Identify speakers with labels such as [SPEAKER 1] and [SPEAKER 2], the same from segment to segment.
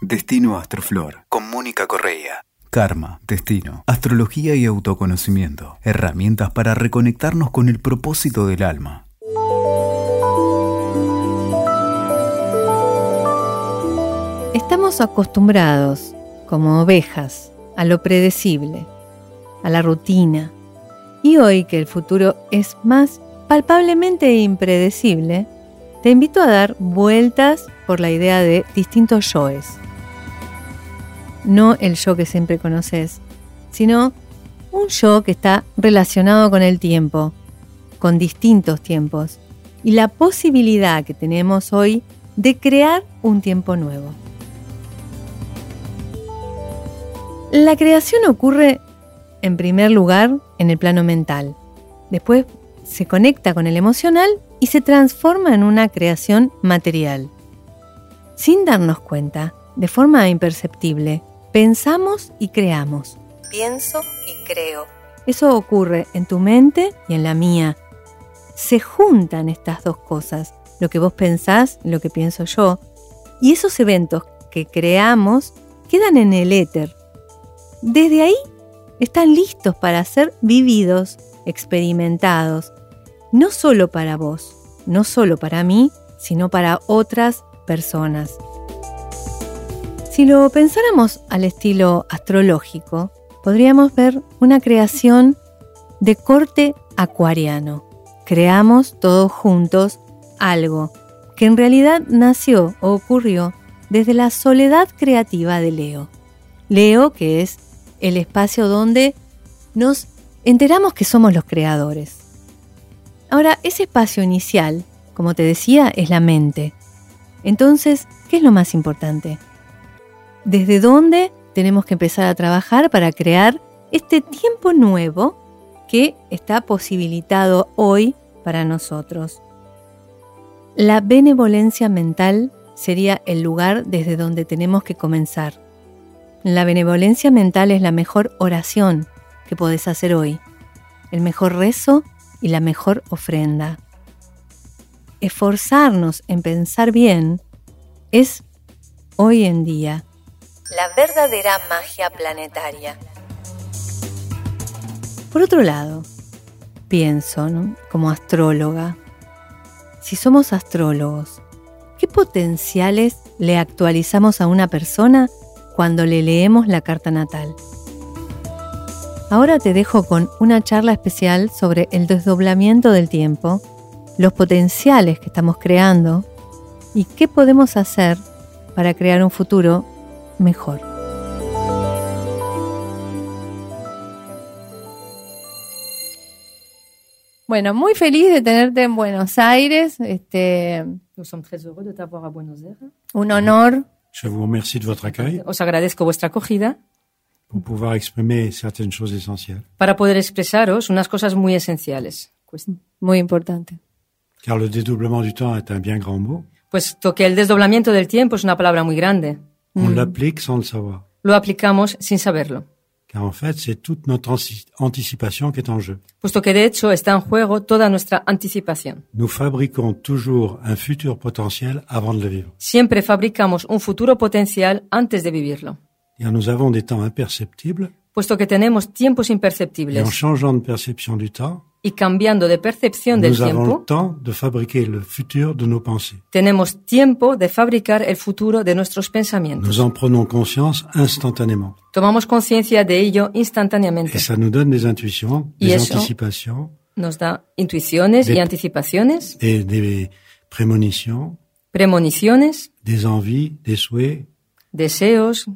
[SPEAKER 1] Destino Astroflor, con Mónica Correa. Karma, destino, astrología y autoconocimiento. Herramientas para reconectarnos con el propósito del alma.
[SPEAKER 2] Estamos acostumbrados, como ovejas, a lo predecible, a la rutina. Y hoy que el futuro es más palpablemente impredecible, te invito a dar vueltas por la idea de distintos yoes. No el yo que siempre conoces, sino un yo que está relacionado con el tiempo, con distintos tiempos, y la posibilidad que tenemos hoy de crear un tiempo nuevo. La creación ocurre en primer lugar en el plano mental, después se conecta con el emocional y se transforma en una creación material. Sin darnos cuenta, de forma imperceptible, pensamos y creamos.
[SPEAKER 3] Pienso y creo.
[SPEAKER 2] Eso ocurre en tu mente y en la mía. Se juntan estas dos cosas, lo que vos pensás, lo que pienso yo, y esos eventos que creamos quedan en el éter. Desde ahí están listos para ser vividos, experimentados, no solo para vos, no solo para mí, sino para otras personas. Si lo pensáramos al estilo astrológico, podríamos ver una creación de corte acuariano. Creamos todos juntos algo que en realidad nació o ocurrió desde la soledad creativa de Leo. Leo que es el espacio donde nos enteramos que somos los creadores. Ahora, ese espacio inicial, como te decía, es la mente. Entonces, ¿qué es lo más importante? ¿Desde dónde tenemos que empezar a trabajar para crear este tiempo nuevo que está posibilitado hoy para nosotros? La benevolencia mental sería el lugar desde donde tenemos que comenzar. La benevolencia mental es la mejor oración que podés hacer hoy, el mejor rezo y la mejor ofrenda. Esforzarnos en pensar bien es hoy en día
[SPEAKER 3] la verdadera magia planetaria.
[SPEAKER 2] Por otro lado, pienso ¿no? como astróloga, si somos astrólogos, ¿qué potenciales le actualizamos a una persona cuando le leemos la carta natal? Ahora te dejo con una charla especial sobre el desdoblamiento del tiempo, los potenciales que estamos creando y qué podemos hacer para crear un futuro mejor. Bueno, muy feliz de tenerte en Buenos Aires. Este,
[SPEAKER 4] Nous sommes très heureux de t'avoir à Buenos Aires.
[SPEAKER 2] un honor.
[SPEAKER 5] Je vous remercie de votre accueil
[SPEAKER 4] Os agradezco vuestra acogida
[SPEAKER 5] pour pouvoir exprimer certaines choses essentielles,
[SPEAKER 4] para poder expresaros unas cosas muy esenciales. Pues,
[SPEAKER 2] Muy importante.
[SPEAKER 5] car le dédoublement du temps est un bien grand mot.
[SPEAKER 4] Pues, puesto que el desdoblamiento del tiempo es una palabra muy grande.
[SPEAKER 5] On l'applique sans le savoir,
[SPEAKER 4] Lo aplicamos sin saberlo,
[SPEAKER 5] car en fait, c'est toute notre anci- anticipation qui est en jeu.
[SPEAKER 4] puesto que de hecho está en juego toda nuestra anticipación.
[SPEAKER 5] Nous fabriquons toujours un futur potentiel avant de le vivre,
[SPEAKER 4] Siempre fabricamos un futuro potencial antes de vivirlo,
[SPEAKER 5] car nous avons des temps imperceptibles,
[SPEAKER 4] puesto que tenemos tiempos
[SPEAKER 5] et en
[SPEAKER 4] imperceptibles
[SPEAKER 5] changeant de perception du temps,
[SPEAKER 4] y cambiando de percepción del
[SPEAKER 5] nous avons
[SPEAKER 4] tiempo,
[SPEAKER 5] le temps de fabriquer le futur de nos pensées.
[SPEAKER 4] tenemos tiempo de fabricar el futuro de nuestros pensamientos.
[SPEAKER 5] Nous en prenons conscience instantanément,
[SPEAKER 4] Tomamos conciencia de ello
[SPEAKER 5] et
[SPEAKER 4] instantáneamente.
[SPEAKER 5] ça nous donne des intuitions,
[SPEAKER 4] Et
[SPEAKER 5] des
[SPEAKER 4] elles sont-
[SPEAKER 5] anticipations,
[SPEAKER 4] nos da intuiciones y
[SPEAKER 5] De-
[SPEAKER 4] anticipaciones,
[SPEAKER 5] des, des prémonitions,
[SPEAKER 4] premoniciones,
[SPEAKER 5] des envies, des souhaits,
[SPEAKER 4] deseos,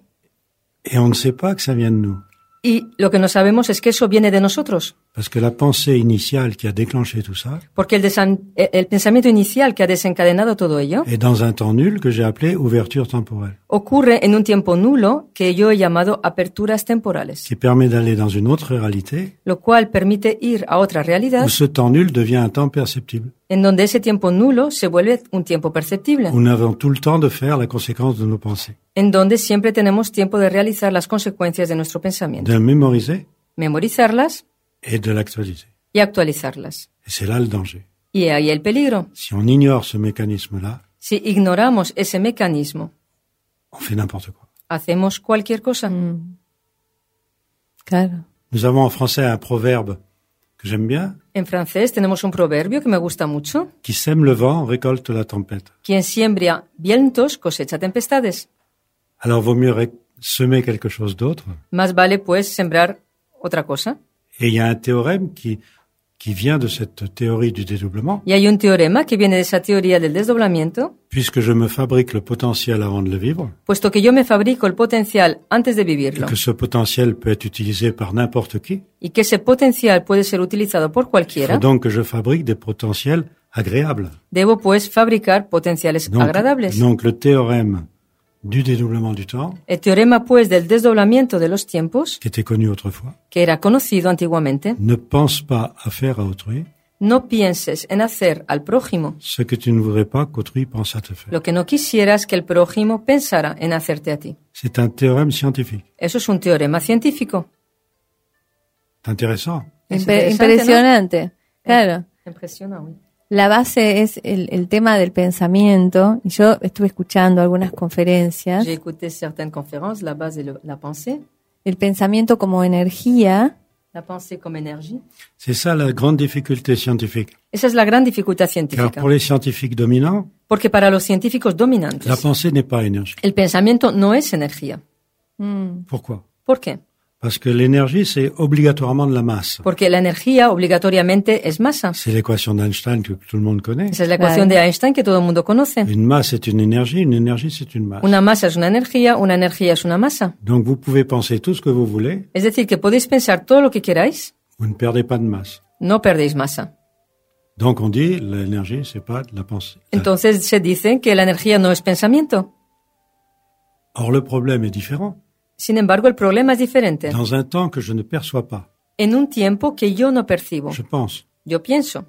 [SPEAKER 5] et on ne sait pas que ça vient de nous.
[SPEAKER 4] y lo que no sabemos es que eso viene de nosotros,
[SPEAKER 5] Parce que la pensée initiale qui a déclenché tout ça
[SPEAKER 4] porque el, desan- eh, el pensamiento inicial que ha desencadenado todo ello
[SPEAKER 5] est dans un temps nul que j'ai appelé ouverture temporelle,
[SPEAKER 4] ocurre en un tiempo nulo que yo he llamado aperturas temporales,
[SPEAKER 5] qui permet d'aller dans une autre réalité
[SPEAKER 4] lo cual permite ir a otra realidad
[SPEAKER 5] où ce temps nul devient un temps perceptible,
[SPEAKER 4] en donde ese tiempo nulo se vuelve un tiempo perceptible,
[SPEAKER 5] où nous avons tout le temps de faire la conséquence de nos pensées,
[SPEAKER 4] en donde siempre tenemos tiempo de realizar las consecuencias de nuestro
[SPEAKER 5] de
[SPEAKER 4] pensamiento,
[SPEAKER 5] le mémoriser
[SPEAKER 4] memorizarlas
[SPEAKER 5] et de l'actualiser.
[SPEAKER 4] y actualizarlas.
[SPEAKER 5] Et c'est là le danger.
[SPEAKER 4] Y ahí el peligro.
[SPEAKER 5] Si on ignore ce mécanisme-là,
[SPEAKER 4] Si ignoramos ese mecanismo,
[SPEAKER 5] on fait n'importe quoi.
[SPEAKER 4] Hacemos cualquier cosa.
[SPEAKER 2] Mm. Claro.
[SPEAKER 5] Nous avons en français un proverbe que j'aime bien
[SPEAKER 4] En francés tenemos un proverbio que me gusta mucho.
[SPEAKER 5] qui sème le vent, récolte la tempête.
[SPEAKER 4] Quien siembra vientos cosecha tempestades.
[SPEAKER 5] Alors vaut mieux ré- semer quelque chose d'autre.
[SPEAKER 4] Más vale, pues, sembrar otra cosa.
[SPEAKER 5] Et il y a un théorème qui, qui vient de cette théorie du dédoublement.
[SPEAKER 4] Y hay un teorema que viene de esa teoría del desdoblamiento.
[SPEAKER 5] Puisque je me fabrique le potentiel avant de le vivre,
[SPEAKER 4] Puesto que yo me fabrico el potencial antes de
[SPEAKER 5] et
[SPEAKER 4] vivirlo
[SPEAKER 5] que ce potentiel peut être utilisé par n'importe qui,
[SPEAKER 4] y que ese potencial puede ser utilizado por
[SPEAKER 5] il faut
[SPEAKER 4] cualquiera,
[SPEAKER 5] donc que je fabrique des potentiels agréables.
[SPEAKER 4] debo pues fabricar potenciales
[SPEAKER 5] Donc,
[SPEAKER 4] agradables.
[SPEAKER 5] donc le théorème du dédoublement du temps,
[SPEAKER 4] El teorema pues del desdoblamiento de los tiempos,
[SPEAKER 5] qui était connu autrefois,
[SPEAKER 4] que era conocido antiguamente,
[SPEAKER 5] ne pense pas à faire à autrui
[SPEAKER 4] no pienses en hacer al prójimo
[SPEAKER 5] ce que tu ne voudrais pas qu'autrui pense à te faire.
[SPEAKER 4] lo que no quisieras que el prójimo pensara en hacerte a ti.
[SPEAKER 5] C'est un théorème scientifique.
[SPEAKER 4] Eso es un teorema científico.
[SPEAKER 5] C'est intéressant.
[SPEAKER 4] Es
[SPEAKER 2] Impe-
[SPEAKER 4] interesante, ¿no? Eh.
[SPEAKER 2] impresionante. Claro.
[SPEAKER 4] Impresiona, uy.
[SPEAKER 2] La base es el, el tema del pensamiento. Y yo estuve escuchando algunas conferencias.
[SPEAKER 4] J'ai écouté certaines conférences, la base de le- la pensée,
[SPEAKER 2] El pensamiento como energía.
[SPEAKER 4] la pensée comme énergie.
[SPEAKER 5] C'est ça la grande difficulté scientifique.
[SPEAKER 4] Esa es la gran dificultad
[SPEAKER 5] Car
[SPEAKER 4] científica.
[SPEAKER 5] pour les scientifiques dominants,
[SPEAKER 4] Porque para los científicos dominantes,
[SPEAKER 5] la pensée n'est pas énergie.
[SPEAKER 4] el pensamiento no es energía.
[SPEAKER 2] Mm,
[SPEAKER 5] Pourquoi
[SPEAKER 4] ¿Por qué?
[SPEAKER 5] Parce que l'énergie, c'est obligatoirement de la masse.
[SPEAKER 4] Porque la energía obligatoriamente es masa.
[SPEAKER 5] C'est l'équation d'Einstein que tout le monde connaît.
[SPEAKER 4] Esa es la ecuación de Einstein que todo el mundo conoce.
[SPEAKER 5] Une masse est une énergie, une énergie c'est une masse.
[SPEAKER 4] Una masa es una energía, una energía es una masa.
[SPEAKER 5] Donc vous pouvez penser tout ce que vous voulez,
[SPEAKER 4] Es decir, que podéis pensar todo lo que queráis,
[SPEAKER 5] vous ne perdez pas de masse.
[SPEAKER 4] no perdéis masa.
[SPEAKER 5] Donc on dit l'énergie c'est pas de la pensée.
[SPEAKER 4] Entonces se dice que la energía no es pensamiento.
[SPEAKER 5] Or le problème est différent.
[SPEAKER 4] Sin embargo, el problema es diferente.
[SPEAKER 5] Dans un temps que je ne perçois pas,
[SPEAKER 4] En un tiempo que yo no percibo,
[SPEAKER 5] je pense.
[SPEAKER 4] yo pienso.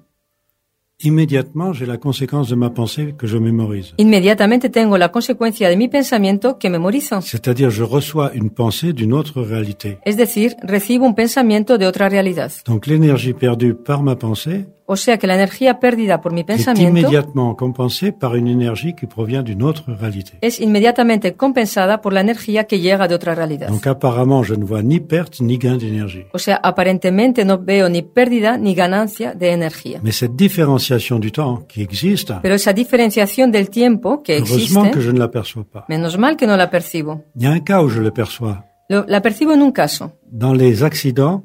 [SPEAKER 5] Immédiatement, j'ai la conséquence de ma pensée que je mémorise.
[SPEAKER 4] Inmediatamente tengo la consecuencia de mi pensamiento que memorizo.
[SPEAKER 5] C'est-à-dire je reçois une pensée d'une autre réalité.
[SPEAKER 4] Es decir, recibo un pensamiento de otra realidad.
[SPEAKER 5] Donc l'énergie perdue par ma pensée
[SPEAKER 4] O sea que la energía perdida por mi
[SPEAKER 5] est
[SPEAKER 4] pensamiento
[SPEAKER 5] immédiatement compensée par une énergie qui provient d'une autre réalité.
[SPEAKER 4] es inmediatamente compensada por la energía que llega de otra realidad.
[SPEAKER 5] Donc apparemment, je ne vois ni perte ni gain d'énergie.
[SPEAKER 4] O sea, aparentemente no veo ni pérdida ni ganancia de energía.
[SPEAKER 5] Mais cette différenciation du temps qui existe,
[SPEAKER 4] Pero esa diferenciación del tiempo que
[SPEAKER 5] heureusement
[SPEAKER 4] existe, hein.
[SPEAKER 5] que je ne l'aperçois pas.
[SPEAKER 4] menos mal que no la percibo.
[SPEAKER 5] Il y a un cas où je le perçois,
[SPEAKER 4] Lo- la percibo en un caso,
[SPEAKER 5] dans les accidents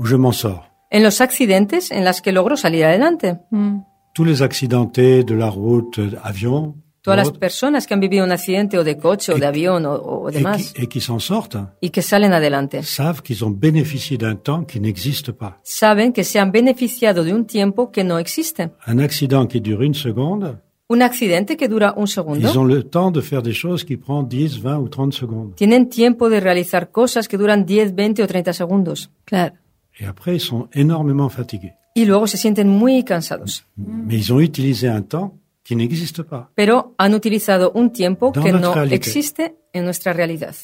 [SPEAKER 5] où je m'en sors.
[SPEAKER 4] en los accidentes en las que logro salir adelante.
[SPEAKER 2] mm.
[SPEAKER 5] Tous les accidentés de la route, euh, avion,
[SPEAKER 4] Todas las
[SPEAKER 5] route,
[SPEAKER 4] personas que han vivido un accidente o de coche o de avión o, o
[SPEAKER 5] et
[SPEAKER 4] demás
[SPEAKER 5] qui, et qui s'en sortent,
[SPEAKER 4] y que salen adelante,
[SPEAKER 5] savent qu'ils ont bénéficié d'un temps qui n'existe pas.
[SPEAKER 4] saben que se han beneficiado de un tiempo que no existe.
[SPEAKER 5] Un accident qui dure une seconde,
[SPEAKER 4] Un accidente que dura un
[SPEAKER 5] ils
[SPEAKER 4] segundo.
[SPEAKER 5] ont le temps de faire des choses qui prennent 10, 20 ou 30 secondes.
[SPEAKER 4] Tienen tiempo de realizar cosas que duran 10, 20 o 30 segundos.
[SPEAKER 2] Claro.
[SPEAKER 5] Et après, ils sont énormément fatigués.
[SPEAKER 4] Y luego se sienten muy cansados.
[SPEAKER 5] Mais ils ont utilisé un temps qui n'existe pas.
[SPEAKER 4] pero han utilizado un tiempo
[SPEAKER 5] Dans
[SPEAKER 4] que
[SPEAKER 5] notre
[SPEAKER 4] no
[SPEAKER 5] réalité.
[SPEAKER 4] existe en nuestra realidad.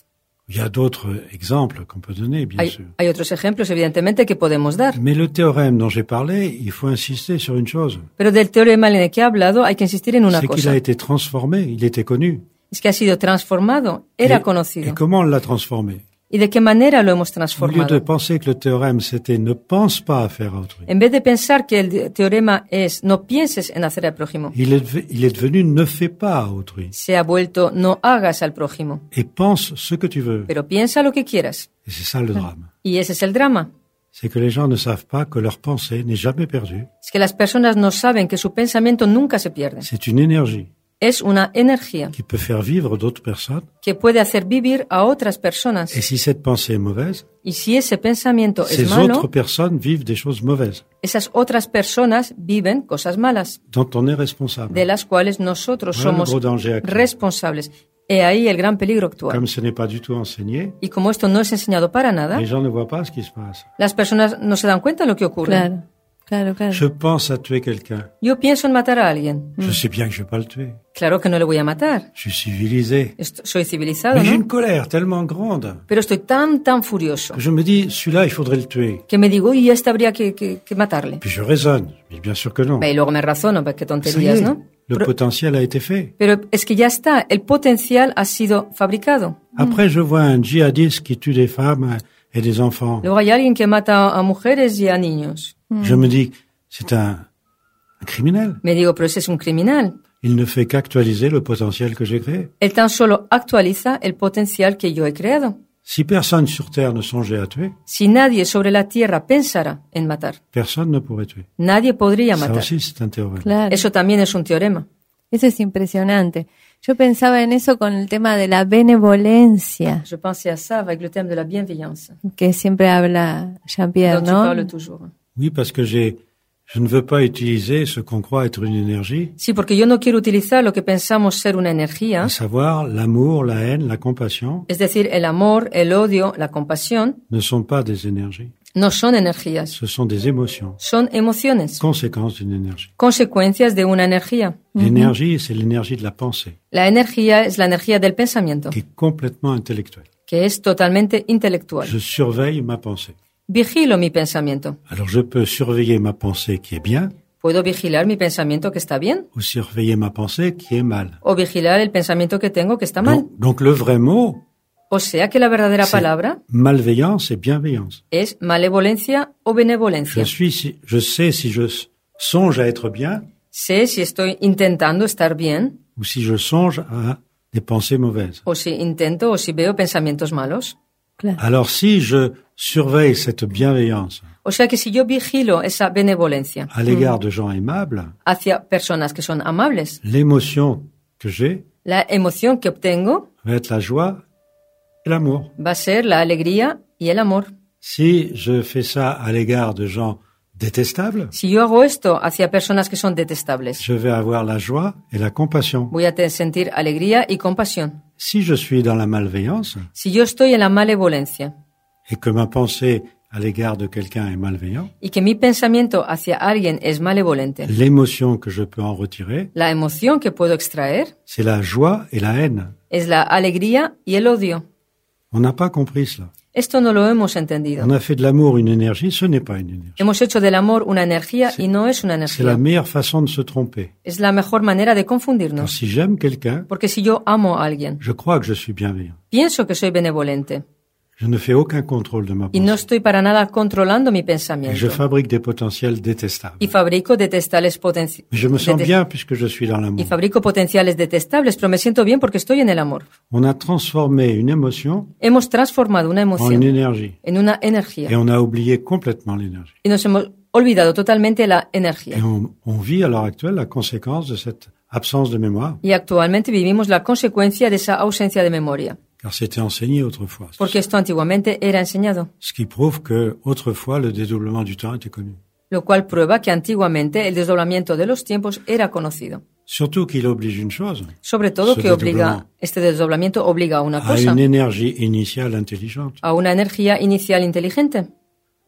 [SPEAKER 5] Il y a d'autres exemples qu'on peut donner, bien
[SPEAKER 4] Hay,
[SPEAKER 5] sûr.
[SPEAKER 4] hay otros ejemplos, evidentemente, que podemos dar,
[SPEAKER 5] Mais le théorème dont j'ai parlé, il faut insister sur une chose.
[SPEAKER 4] pero del teorema en el que he hablado hay que insistir en una
[SPEAKER 5] C'est qu'il
[SPEAKER 4] cosa.
[SPEAKER 5] a été transformé, il était connu.
[SPEAKER 4] Es que ha sido transformado, era
[SPEAKER 5] et, et
[SPEAKER 4] conocido.
[SPEAKER 5] comment on l'a transformé
[SPEAKER 4] ¿Y de qué manera lo hemos
[SPEAKER 5] Au lieu
[SPEAKER 4] transformado?
[SPEAKER 5] de penser que le théorème, c'était ne pense pas à faire à autrui,
[SPEAKER 4] En vez de pensar que el teorema es no pienses en hacer al prójimo,
[SPEAKER 5] il est, deve- il est devenu ne fais pas à autrui
[SPEAKER 4] se ha vuelto no hagas al prójimo,
[SPEAKER 5] et pense ce que tu veux.
[SPEAKER 4] pero piensa lo que quieras.
[SPEAKER 5] Et c'est ça le drame.
[SPEAKER 4] Y ese es el drama.
[SPEAKER 5] C'est que les gens ne savent pas que leur pensée n'est jamais perdue.
[SPEAKER 4] Es que las personas no saben que su pensamiento nunca se pierde.
[SPEAKER 5] C'est une énergie
[SPEAKER 4] Es una energía
[SPEAKER 5] qui peut faire vivre d'autres personnes.
[SPEAKER 4] que puede hacer vivir a otras personas.
[SPEAKER 5] Et si cette pensée est mauvaise,
[SPEAKER 4] Y si ese pensamiento es
[SPEAKER 5] ces
[SPEAKER 4] malo,
[SPEAKER 5] autres personnes vivent des choses mauvaises
[SPEAKER 4] esas otras personas viven cosas malas,
[SPEAKER 5] dont on est responsable.
[SPEAKER 4] de las cuales nosotros
[SPEAKER 5] Voilà le
[SPEAKER 4] somos
[SPEAKER 5] gros danger actuel.
[SPEAKER 4] responsables. He ahí el gran peligro actual.
[SPEAKER 5] Comme ce n'est pas du tout enseigné,
[SPEAKER 4] Y como esto no es enseñado para nada,
[SPEAKER 5] les gens ne voient pas ce qui se passe.
[SPEAKER 4] las personas no se dan cuenta de lo que ocurre.
[SPEAKER 2] Claro. Claro, claro.
[SPEAKER 5] Je pense à tuer quelqu'un.
[SPEAKER 4] Yo pienso en matar a alguien.
[SPEAKER 5] Je sais bien que je vais pas le tuer.
[SPEAKER 4] Claro que no le voy a matar.
[SPEAKER 5] Je suis civilisé.
[SPEAKER 4] Est- soy civilizado,
[SPEAKER 5] Mais j'ai
[SPEAKER 4] ¿no?
[SPEAKER 5] une colère tellement grande
[SPEAKER 4] Pero estoy tan, tan furioso
[SPEAKER 5] que je me dis, celui-là, il faudrait le tuer.
[SPEAKER 4] que me digo, y esta habría que, que- que matarle.
[SPEAKER 5] Puis je raisonne. Mais bien sûr que non.
[SPEAKER 4] Ve, Y luego me razono, pues qué
[SPEAKER 5] Ça y est,
[SPEAKER 4] tonterías, ¿no?
[SPEAKER 5] le
[SPEAKER 4] Pero,
[SPEAKER 5] potentiel a été fait.
[SPEAKER 4] pero es que ya está, el potencial ha sido fabricado.
[SPEAKER 5] Hmm. Après, je vois un djihadiste qui tue des femmes et des enfants.
[SPEAKER 4] Luego hay alguien que mata a mujeres y a niños.
[SPEAKER 5] Je me dis, c'est un, un criminel.
[SPEAKER 4] Me digo, pero ese es un criminal.
[SPEAKER 5] Il ne fait qu'actualiser le potentiel que j'ai créé.
[SPEAKER 4] Él tan solo actualiza el potencial que yo he creado.
[SPEAKER 5] Si personne sur Terre ne songeait à tuer,
[SPEAKER 4] Si nadie sobre la Tierra pensara en matar,
[SPEAKER 5] personne ne pourrait tuer.
[SPEAKER 4] nadie podría
[SPEAKER 5] Ça
[SPEAKER 4] matar.
[SPEAKER 5] aussi, c'est un théorème.
[SPEAKER 2] Claro.
[SPEAKER 4] Eso también es un teorema.
[SPEAKER 2] Eso es impresionante. Yo pensaba en eso con el tema de la benevolencia,
[SPEAKER 4] Je pensais à ça avec le thème de la bienveillance
[SPEAKER 2] que siempre habla Jean-Pierre,
[SPEAKER 4] dont tu
[SPEAKER 2] ¿no?
[SPEAKER 4] parles toujours.
[SPEAKER 5] Oui, parce que j'ai, je ne veux pas utiliser ce qu'on croit être une énergie,
[SPEAKER 4] Sí, porque yo no quiero utilizar lo que pensamos ser una energía,
[SPEAKER 5] à savoir l'amour, la haine, la compassion,
[SPEAKER 4] es decir, el amor, el odio, la compasión,
[SPEAKER 5] ne sont pas des énergies.
[SPEAKER 4] no son energías,
[SPEAKER 5] Ce sont des émotions,
[SPEAKER 4] son emociones,
[SPEAKER 5] conséquences d'une énergie.
[SPEAKER 4] consecuencias de una energía.
[SPEAKER 5] L'énergie, c'est l'énergie de la pensée,
[SPEAKER 4] La energía es la energía del pensamiento,
[SPEAKER 5] qui est complètement intellectuelle.
[SPEAKER 4] que es totalmente intelectual.
[SPEAKER 5] Je surveille ma pensée.
[SPEAKER 4] Vigilo mi pensamiento.
[SPEAKER 5] Alors je peux surveiller ma pensée qui est bien,
[SPEAKER 4] Puedo vigilar mi pensamiento que está bien
[SPEAKER 5] ou surveiller ma pensée qui est mal.
[SPEAKER 4] o vigilar el pensamiento que tengo que está mal.
[SPEAKER 5] Donc, donc le vrai mot,
[SPEAKER 4] O sea que la verdadera
[SPEAKER 5] Sí.
[SPEAKER 4] palabra
[SPEAKER 5] malveillance et bienveillance.
[SPEAKER 4] es malevolencia o
[SPEAKER 5] Je
[SPEAKER 4] benevolencia.
[SPEAKER 5] suis, si- je sais si je s- songe à être bien
[SPEAKER 4] Sé si estoy intentando estar bien
[SPEAKER 5] ou si je songe à des pensées mauvaises.
[SPEAKER 4] o si intento o si veo pensamientos malos.
[SPEAKER 2] Claro.
[SPEAKER 5] Alors si je surveille cette bienveillance
[SPEAKER 4] O sea que si yo vigilo esa benevolencia
[SPEAKER 5] à l'égard de gens aimables,
[SPEAKER 4] hacia personas que son amables,
[SPEAKER 5] l'émotion que j'ai
[SPEAKER 4] la emoción que obtengo
[SPEAKER 5] va être la joie et l'amour.
[SPEAKER 4] va a ser la alegría y el amor.
[SPEAKER 5] Si je fais ça à l'égard de gens détestables,
[SPEAKER 4] Si yo hago esto hacia personas que son detestables,
[SPEAKER 5] je vais avoir la joie et la compassion.
[SPEAKER 4] voy a te- sentir alegría y compasión.
[SPEAKER 5] Si je suis dans la malveillance
[SPEAKER 4] Si yo estoy en la malevolencia
[SPEAKER 5] et que ma pensée à l'égard de quelqu'un est malveillante,
[SPEAKER 4] y que mi pensamiento hacia alguien es malevolente,
[SPEAKER 5] l'émotion que je peux en retirer,
[SPEAKER 4] la emoción que puedo extraer
[SPEAKER 5] c'est la joie et la haine.
[SPEAKER 4] es la alegría y el odio.
[SPEAKER 5] On n'a pas compris cela.
[SPEAKER 4] Esto no lo hemos entendido.
[SPEAKER 5] On a fait de l'amour une énergie, ce n'est pas une énergie.
[SPEAKER 4] Hemos hecho del amor una energía y no es una
[SPEAKER 5] C'est la
[SPEAKER 4] energía.
[SPEAKER 5] meilleure façon de se tromper.
[SPEAKER 4] Es la mejor manera de
[SPEAKER 5] Alors,
[SPEAKER 4] confundirnos.
[SPEAKER 5] si j'aime quelqu'un,
[SPEAKER 4] Porque si yo amo a alguien,
[SPEAKER 5] je crois que je suis bienveillant.
[SPEAKER 4] pienso que soy benevolente
[SPEAKER 5] Je ne fais aucun contrôle de ma
[SPEAKER 4] y no
[SPEAKER 5] pensée.
[SPEAKER 4] estoy para nada controlando mi
[SPEAKER 5] Et je
[SPEAKER 4] pensamiento
[SPEAKER 5] fabrique des potentiels détestables.
[SPEAKER 4] y fabrico detestables potenciales.
[SPEAKER 5] Mais je me sens bien puisque je suis dans
[SPEAKER 4] Y
[SPEAKER 5] l'amour.
[SPEAKER 4] fabrico potenciales detestables, pero me siento bien porque estoy en el amor.
[SPEAKER 5] On a transformé une émotion
[SPEAKER 4] Hemos transformado una
[SPEAKER 5] en une
[SPEAKER 4] emoción
[SPEAKER 5] énergie.
[SPEAKER 4] en una energía
[SPEAKER 5] Et on a oublié complètement l'énergie.
[SPEAKER 4] y nos hemos olvidado totalmente la energía.
[SPEAKER 5] Et on, on vit à l'heure actuelle la conséquence de cette absence de mémoire,
[SPEAKER 4] Y actualmente vivimos la consecuencia de esa ausencia de memoria,
[SPEAKER 5] car c'était enseigné autrefois.
[SPEAKER 4] porque esto antiguamente era enseñado,
[SPEAKER 5] Ce qui prouve que autrefois le dédoublement du temps était connu.
[SPEAKER 4] lo cual prueba que antiguamente el desdoblamiento de los tiempos era conocido.
[SPEAKER 5] Surtout qu'il oblige une chose,
[SPEAKER 4] Sobre todo
[SPEAKER 5] Ese
[SPEAKER 4] que obliga,
[SPEAKER 5] desdoblamiento.
[SPEAKER 4] este desdoblamiento obliga a una
[SPEAKER 5] à
[SPEAKER 4] cosa,
[SPEAKER 5] une énergie initiale intelligente.
[SPEAKER 4] a una energía inicial inteligente.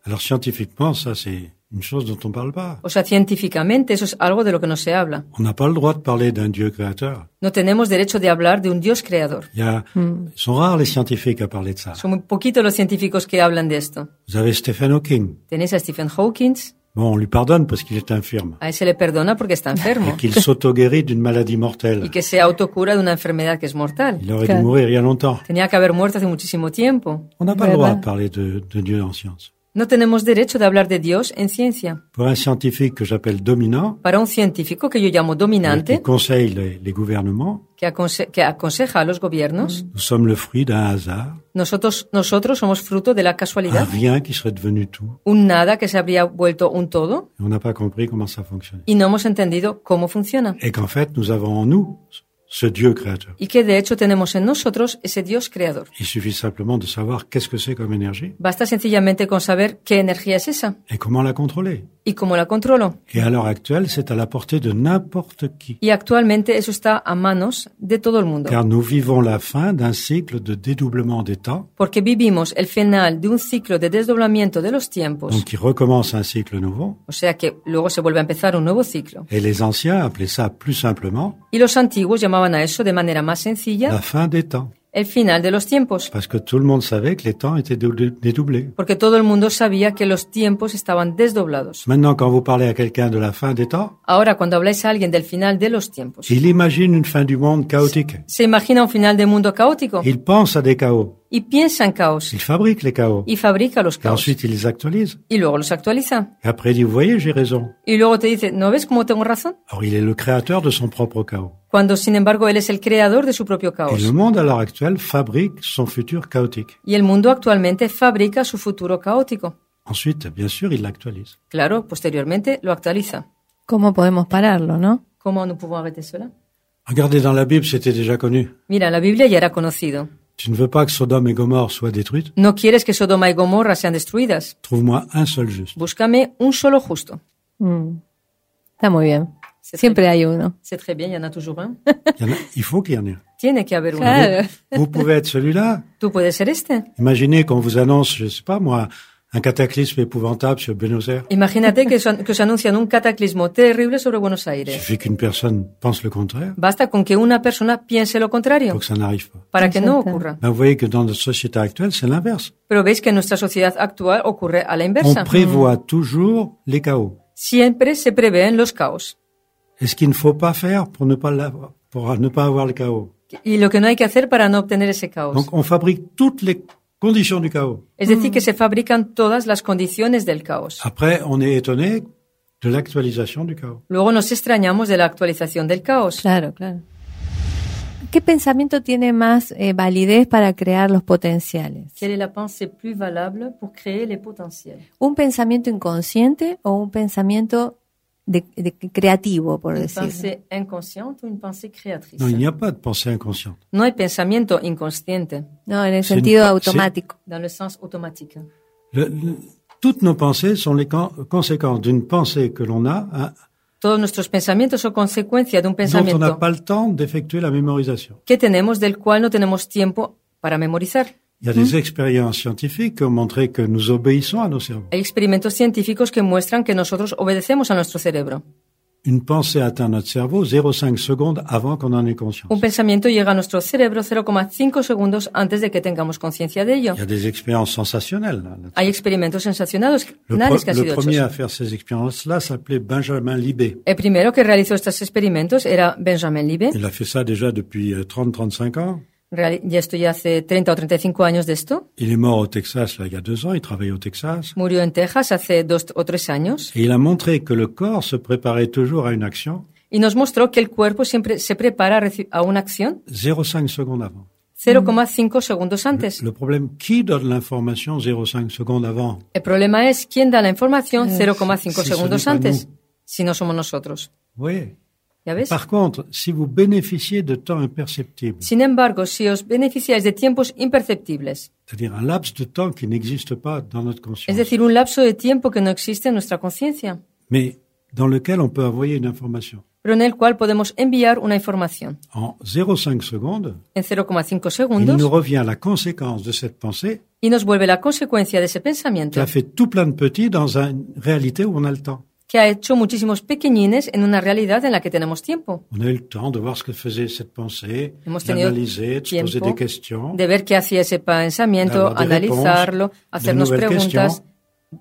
[SPEAKER 5] Alors scientifiquement, ça c'est une chose dont on parle pas.
[SPEAKER 4] O sea, científicamente eso es algo de lo que no se habla.
[SPEAKER 5] On n'a pas le droit de parler d'un Dieu créateur.
[SPEAKER 4] No tenemos derecho de hablar de un Dios creador.
[SPEAKER 5] Il y a, ils sont rares les scientifiques à parler de ça.
[SPEAKER 4] Son muy poquitos los científicos que hablan de esto.
[SPEAKER 5] Vous avez Stephen Hawking.
[SPEAKER 4] Tenéis a Stephen Hawking,
[SPEAKER 5] Bon, on lui pardonne parce qu'il est infirme
[SPEAKER 4] a ese le perdona porque está enfermo
[SPEAKER 5] et qu'il s'auto-guérit d'une maladie
[SPEAKER 4] y
[SPEAKER 5] mortelle.
[SPEAKER 4] que se autocura de una enfermedad que es mortal.
[SPEAKER 5] Il aurait dû
[SPEAKER 2] Claro.
[SPEAKER 5] mourir il y a longtemps.
[SPEAKER 4] Tenía que haber muerto hace muchísimo tiempo.
[SPEAKER 5] On n'a pas le
[SPEAKER 4] ben.
[SPEAKER 5] droit
[SPEAKER 2] Voilà.
[SPEAKER 5] de parler de, de Dieu en science.
[SPEAKER 4] No tenemos derecho de hablar de Dios en ciencia.
[SPEAKER 5] Pour un scientifique que j'appelle dominant,
[SPEAKER 4] Para un científico que yo llamo
[SPEAKER 5] euh, qui
[SPEAKER 4] dominante,
[SPEAKER 5] conseille les, les gouvernements,
[SPEAKER 4] que, aconse- que aconseja a los gobiernos,
[SPEAKER 5] nous sommes le fruit d'un hasard,
[SPEAKER 4] nosotros, nosotros somos fruto de la
[SPEAKER 5] un
[SPEAKER 4] casualidad,
[SPEAKER 5] rien qui serait devenu tout.
[SPEAKER 4] un nada que se habría vuelto un todo
[SPEAKER 5] Et on n'a pas compris comment ça fonctionnait.
[SPEAKER 4] y no hemos entendido cómo funciona.
[SPEAKER 5] Et qu'en fait, nous avons en nous ce Dieu créateur.
[SPEAKER 4] y que de hecho tenemos en nosotros ese Dios creador.
[SPEAKER 5] Il suffit simplement de savoir qu'est-ce que c'est comme énergie
[SPEAKER 4] Basta sencillamente con saber qué energía es esa
[SPEAKER 5] et comment la contrôler.
[SPEAKER 4] y cómo la controlo.
[SPEAKER 5] Et à l'heure actuelle, c'est à la portée de n'importe qui.
[SPEAKER 4] Y actualmente eso está a manos de todo el mundo,
[SPEAKER 5] Car nous vivons la fin d'un cycle de dédoublement des temps,
[SPEAKER 4] porque vivimos el final de un ciclo de desdoblamiento de los tiempos,
[SPEAKER 5] donc qui recommence un cycle nouveau.
[SPEAKER 4] o sea que luego se vuelve a empezar un nuevo ciclo.
[SPEAKER 5] Et les anciens appelaient ça plus simplement
[SPEAKER 4] Y los antiguos llamaban a eso de manera más
[SPEAKER 5] la
[SPEAKER 4] sencilla
[SPEAKER 5] fin des temps.
[SPEAKER 4] el final de los tiempos,
[SPEAKER 5] Parce que tout le monde savait que les temps étaient dou- dédoublés.
[SPEAKER 4] porque todo el mundo sabía que los tiempos estaban desdoblados.
[SPEAKER 5] Maintenant, quand vous parlez à quelqu'un de la fin des temps,
[SPEAKER 4] Ahora, cuando habláis a alguien del final de los tiempos,
[SPEAKER 5] il imagine une fin du monde chaotique.
[SPEAKER 4] se imagina un final de mundo caótico
[SPEAKER 5] Il pense à des chaos.
[SPEAKER 4] y piensa en caos
[SPEAKER 5] Il fabrique les chaos.
[SPEAKER 4] y fabrica los
[SPEAKER 5] Et
[SPEAKER 4] caos
[SPEAKER 5] ensuite, il les actualise.
[SPEAKER 4] y luego los actualiza.
[SPEAKER 5] Et après, il dit, vous voyez, j'ai raison.
[SPEAKER 4] Y luego te dice, ¿no ves cómo tengo razón?
[SPEAKER 5] Or, il est le créateur de son propre chaos.
[SPEAKER 4] Cuando, sin embargo, él es el creador de su propio
[SPEAKER 5] Et le
[SPEAKER 4] caos.
[SPEAKER 5] monde, à l'heure actuelle, fabrique son futur chaotique.
[SPEAKER 4] Y el mundo actualmente fabrica su futuro caótico.
[SPEAKER 5] Ensuite, bien sûr, il l'actualise.
[SPEAKER 4] Claro, posteriormente lo actualiza.
[SPEAKER 2] ¿Cómo podemos pararlo, no?
[SPEAKER 4] ¿Cómo no puedo arrêter cela?
[SPEAKER 5] Regardez, dans la Bible, c'était déjà connu.
[SPEAKER 4] Mira, la Biblia ya era conocido.
[SPEAKER 5] Tu ne veux pas que Sodome et Gomorre soient détruites
[SPEAKER 4] No quieres que Sodoma y Gomorra sean destruidas.
[SPEAKER 5] Trouve-moi un seul juste.
[SPEAKER 4] Búscame un solo justo.
[SPEAKER 2] Mm. Está muy bien.
[SPEAKER 4] Se
[SPEAKER 2] Siempre hay uno.
[SPEAKER 4] C'est très bien, il y en a toujours un.
[SPEAKER 5] Il, y en a- il faut qu'il y en ait un.
[SPEAKER 4] Tiene que haber uno.
[SPEAKER 2] Claro.
[SPEAKER 5] Vous pouvez être celui-là.
[SPEAKER 4] Tú puedes ser este.
[SPEAKER 5] Imaginez qu'on vous annonce, je sais pas moi, un cataclysme épouvantable sur Buenos Aires.
[SPEAKER 4] Imagínate que, os- que os anuncian un cataclismo terrible sobre Buenos
[SPEAKER 5] Il
[SPEAKER 4] Aires.
[SPEAKER 5] suffit qu'une personne pense le contraire
[SPEAKER 4] Basta con que una persona piense lo contrario
[SPEAKER 5] pour que ça n'arrive pas.
[SPEAKER 4] para que no
[SPEAKER 2] Exacto.
[SPEAKER 4] ocurra.
[SPEAKER 5] Ben, vous voyez que dans notre société actuelle, c'est l'inverse.
[SPEAKER 4] Pero veis que en nuestra sociedad actual ocurre a la
[SPEAKER 5] On
[SPEAKER 4] inversa.
[SPEAKER 5] prévoit toujours les chaos.
[SPEAKER 4] Siempre se prevén los caos.
[SPEAKER 5] Et ce qu'il ne faut pas faire pour ne pas, l'avoir- pour ne pas avoir le chaos.
[SPEAKER 4] Y lo que no hay que hacer para no obtener ese caos.
[SPEAKER 5] Donc on fabrique toutes les conditions du chaos.
[SPEAKER 4] Es decir,
[SPEAKER 2] Mm.
[SPEAKER 4] que se fabrican todas las condiciones del caos.
[SPEAKER 5] Après, on est étonné de l'actualisation du chaos.
[SPEAKER 4] Luego nos extrañamos de la actualización del caos.
[SPEAKER 2] Claro, claro. ¿Qué pensamiento tiene más eh, validez para crear los potenciales?
[SPEAKER 4] Quelle est la pensée plus valable pour créer les potentiels
[SPEAKER 2] ¿Un pensamiento inconsciente o un pensamiento de- de- creativo, por
[SPEAKER 4] Une
[SPEAKER 2] decirlo?
[SPEAKER 4] pensée inconsciente ou une pensée créatrice
[SPEAKER 5] Non, il n'y a pas de pensée inconsciente.
[SPEAKER 4] No hay pensamiento inconsciente
[SPEAKER 2] No, en el
[SPEAKER 5] Sin-
[SPEAKER 2] sentido
[SPEAKER 5] sin-
[SPEAKER 2] automático.
[SPEAKER 4] dans le sens automatique.
[SPEAKER 5] Le- le- toutes nos pensées sont les con- conséquences d'une pensée que l'on a, hein,
[SPEAKER 4] Todos nuestros pensamientos son consecuencia de un
[SPEAKER 5] dont on n'a
[SPEAKER 4] pensamiento
[SPEAKER 5] pas le temps d'effectuer la mémorisation.
[SPEAKER 4] que tenemos del cual no tenemos tiempo para memorizar.
[SPEAKER 5] Il y a des expériences scientifiques qui ont montré que nous obéissons à nos cerveaux.
[SPEAKER 4] Hay experimentos científicos que muestran que nosotros obedecemos a nuestro cerebro.
[SPEAKER 5] Une pensée atteint notre cerveau 0,5 secondes avant qu'on en ait conscience.
[SPEAKER 4] Un pensamiento llega a nuestro cerebro 0,5 segundos antes de que tengamos conciencia de ello.
[SPEAKER 5] Il y a des expériences sensationnelles. là, là-dessus.
[SPEAKER 4] Hay experimentos sensacionales Ah,
[SPEAKER 5] Le,
[SPEAKER 4] que
[SPEAKER 5] pre-
[SPEAKER 4] han
[SPEAKER 5] le
[SPEAKER 4] sido
[SPEAKER 5] premier
[SPEAKER 4] hechos.
[SPEAKER 5] à faire ces expériences-là s'appelait Benjamin Libé.
[SPEAKER 4] El primero que realizó estos experimentos era Benjamin Libe.
[SPEAKER 5] Il a fait ça déjà depuis euh, 30-35 ans.
[SPEAKER 4] Reali- Ya esto ya hace 30 o 35 años de esto.
[SPEAKER 5] Il est mort au Texas là, il y a deux ans, il travaillait au Texas.
[SPEAKER 4] Murió en Texas hace dos o tres años
[SPEAKER 5] Et il a montré que le corps se préparait toujours à une action
[SPEAKER 4] y nos mostró que el cuerpo siempre se prepara a reci- a una acción
[SPEAKER 5] 0,5 secondes avant.
[SPEAKER 4] 0,5 segundos antes.
[SPEAKER 5] Le problème, qui donne l'information 0,5 secondes avant
[SPEAKER 4] El problema es quién da la información 0,5
[SPEAKER 5] sí,
[SPEAKER 4] segundos
[SPEAKER 5] sí,
[SPEAKER 4] antes,
[SPEAKER 5] Manu.
[SPEAKER 4] si no somos nosotros.
[SPEAKER 5] Ah Oui.
[SPEAKER 4] ¿Ya ves?
[SPEAKER 5] Par contre, si vous bénéficiez de temps imperceptible,
[SPEAKER 4] Sin embargo, si os beneficiáis de tiempos imperceptibles,
[SPEAKER 5] c'est-à-dire un laps de temps qui n'existe pas dans notre conscience,
[SPEAKER 4] es decir, un lapso de tiempo que no existe en nuestra conciencia,
[SPEAKER 5] mais dans lequel on peut envoyer une information,
[SPEAKER 4] pero en el cual podemos enviar una información.
[SPEAKER 5] en 0,5 secondes,
[SPEAKER 4] En 0,5
[SPEAKER 5] il nous
[SPEAKER 4] segundos
[SPEAKER 5] revient la conséquence de cette pensée
[SPEAKER 4] y nos vuelve la consecuencia de ese
[SPEAKER 5] qui
[SPEAKER 4] pensamiento
[SPEAKER 5] a fait tout plein de petits dans une réalité où on a le temps.
[SPEAKER 4] que ha hecho muchísimos pequeñines en una realidad en la que tenemos tiempo,
[SPEAKER 5] On a eu le temps de voir ce que faisait cette pensée,
[SPEAKER 4] Hemos tenido
[SPEAKER 5] d'analyser, de se poser
[SPEAKER 4] tiempo
[SPEAKER 5] des questions.
[SPEAKER 4] de ver qué hacía ese pensamiento,
[SPEAKER 5] D'avoir des
[SPEAKER 4] analizarlo,
[SPEAKER 5] réponses, de
[SPEAKER 4] hacernos
[SPEAKER 5] nouvelles
[SPEAKER 4] preguntas,
[SPEAKER 5] questions.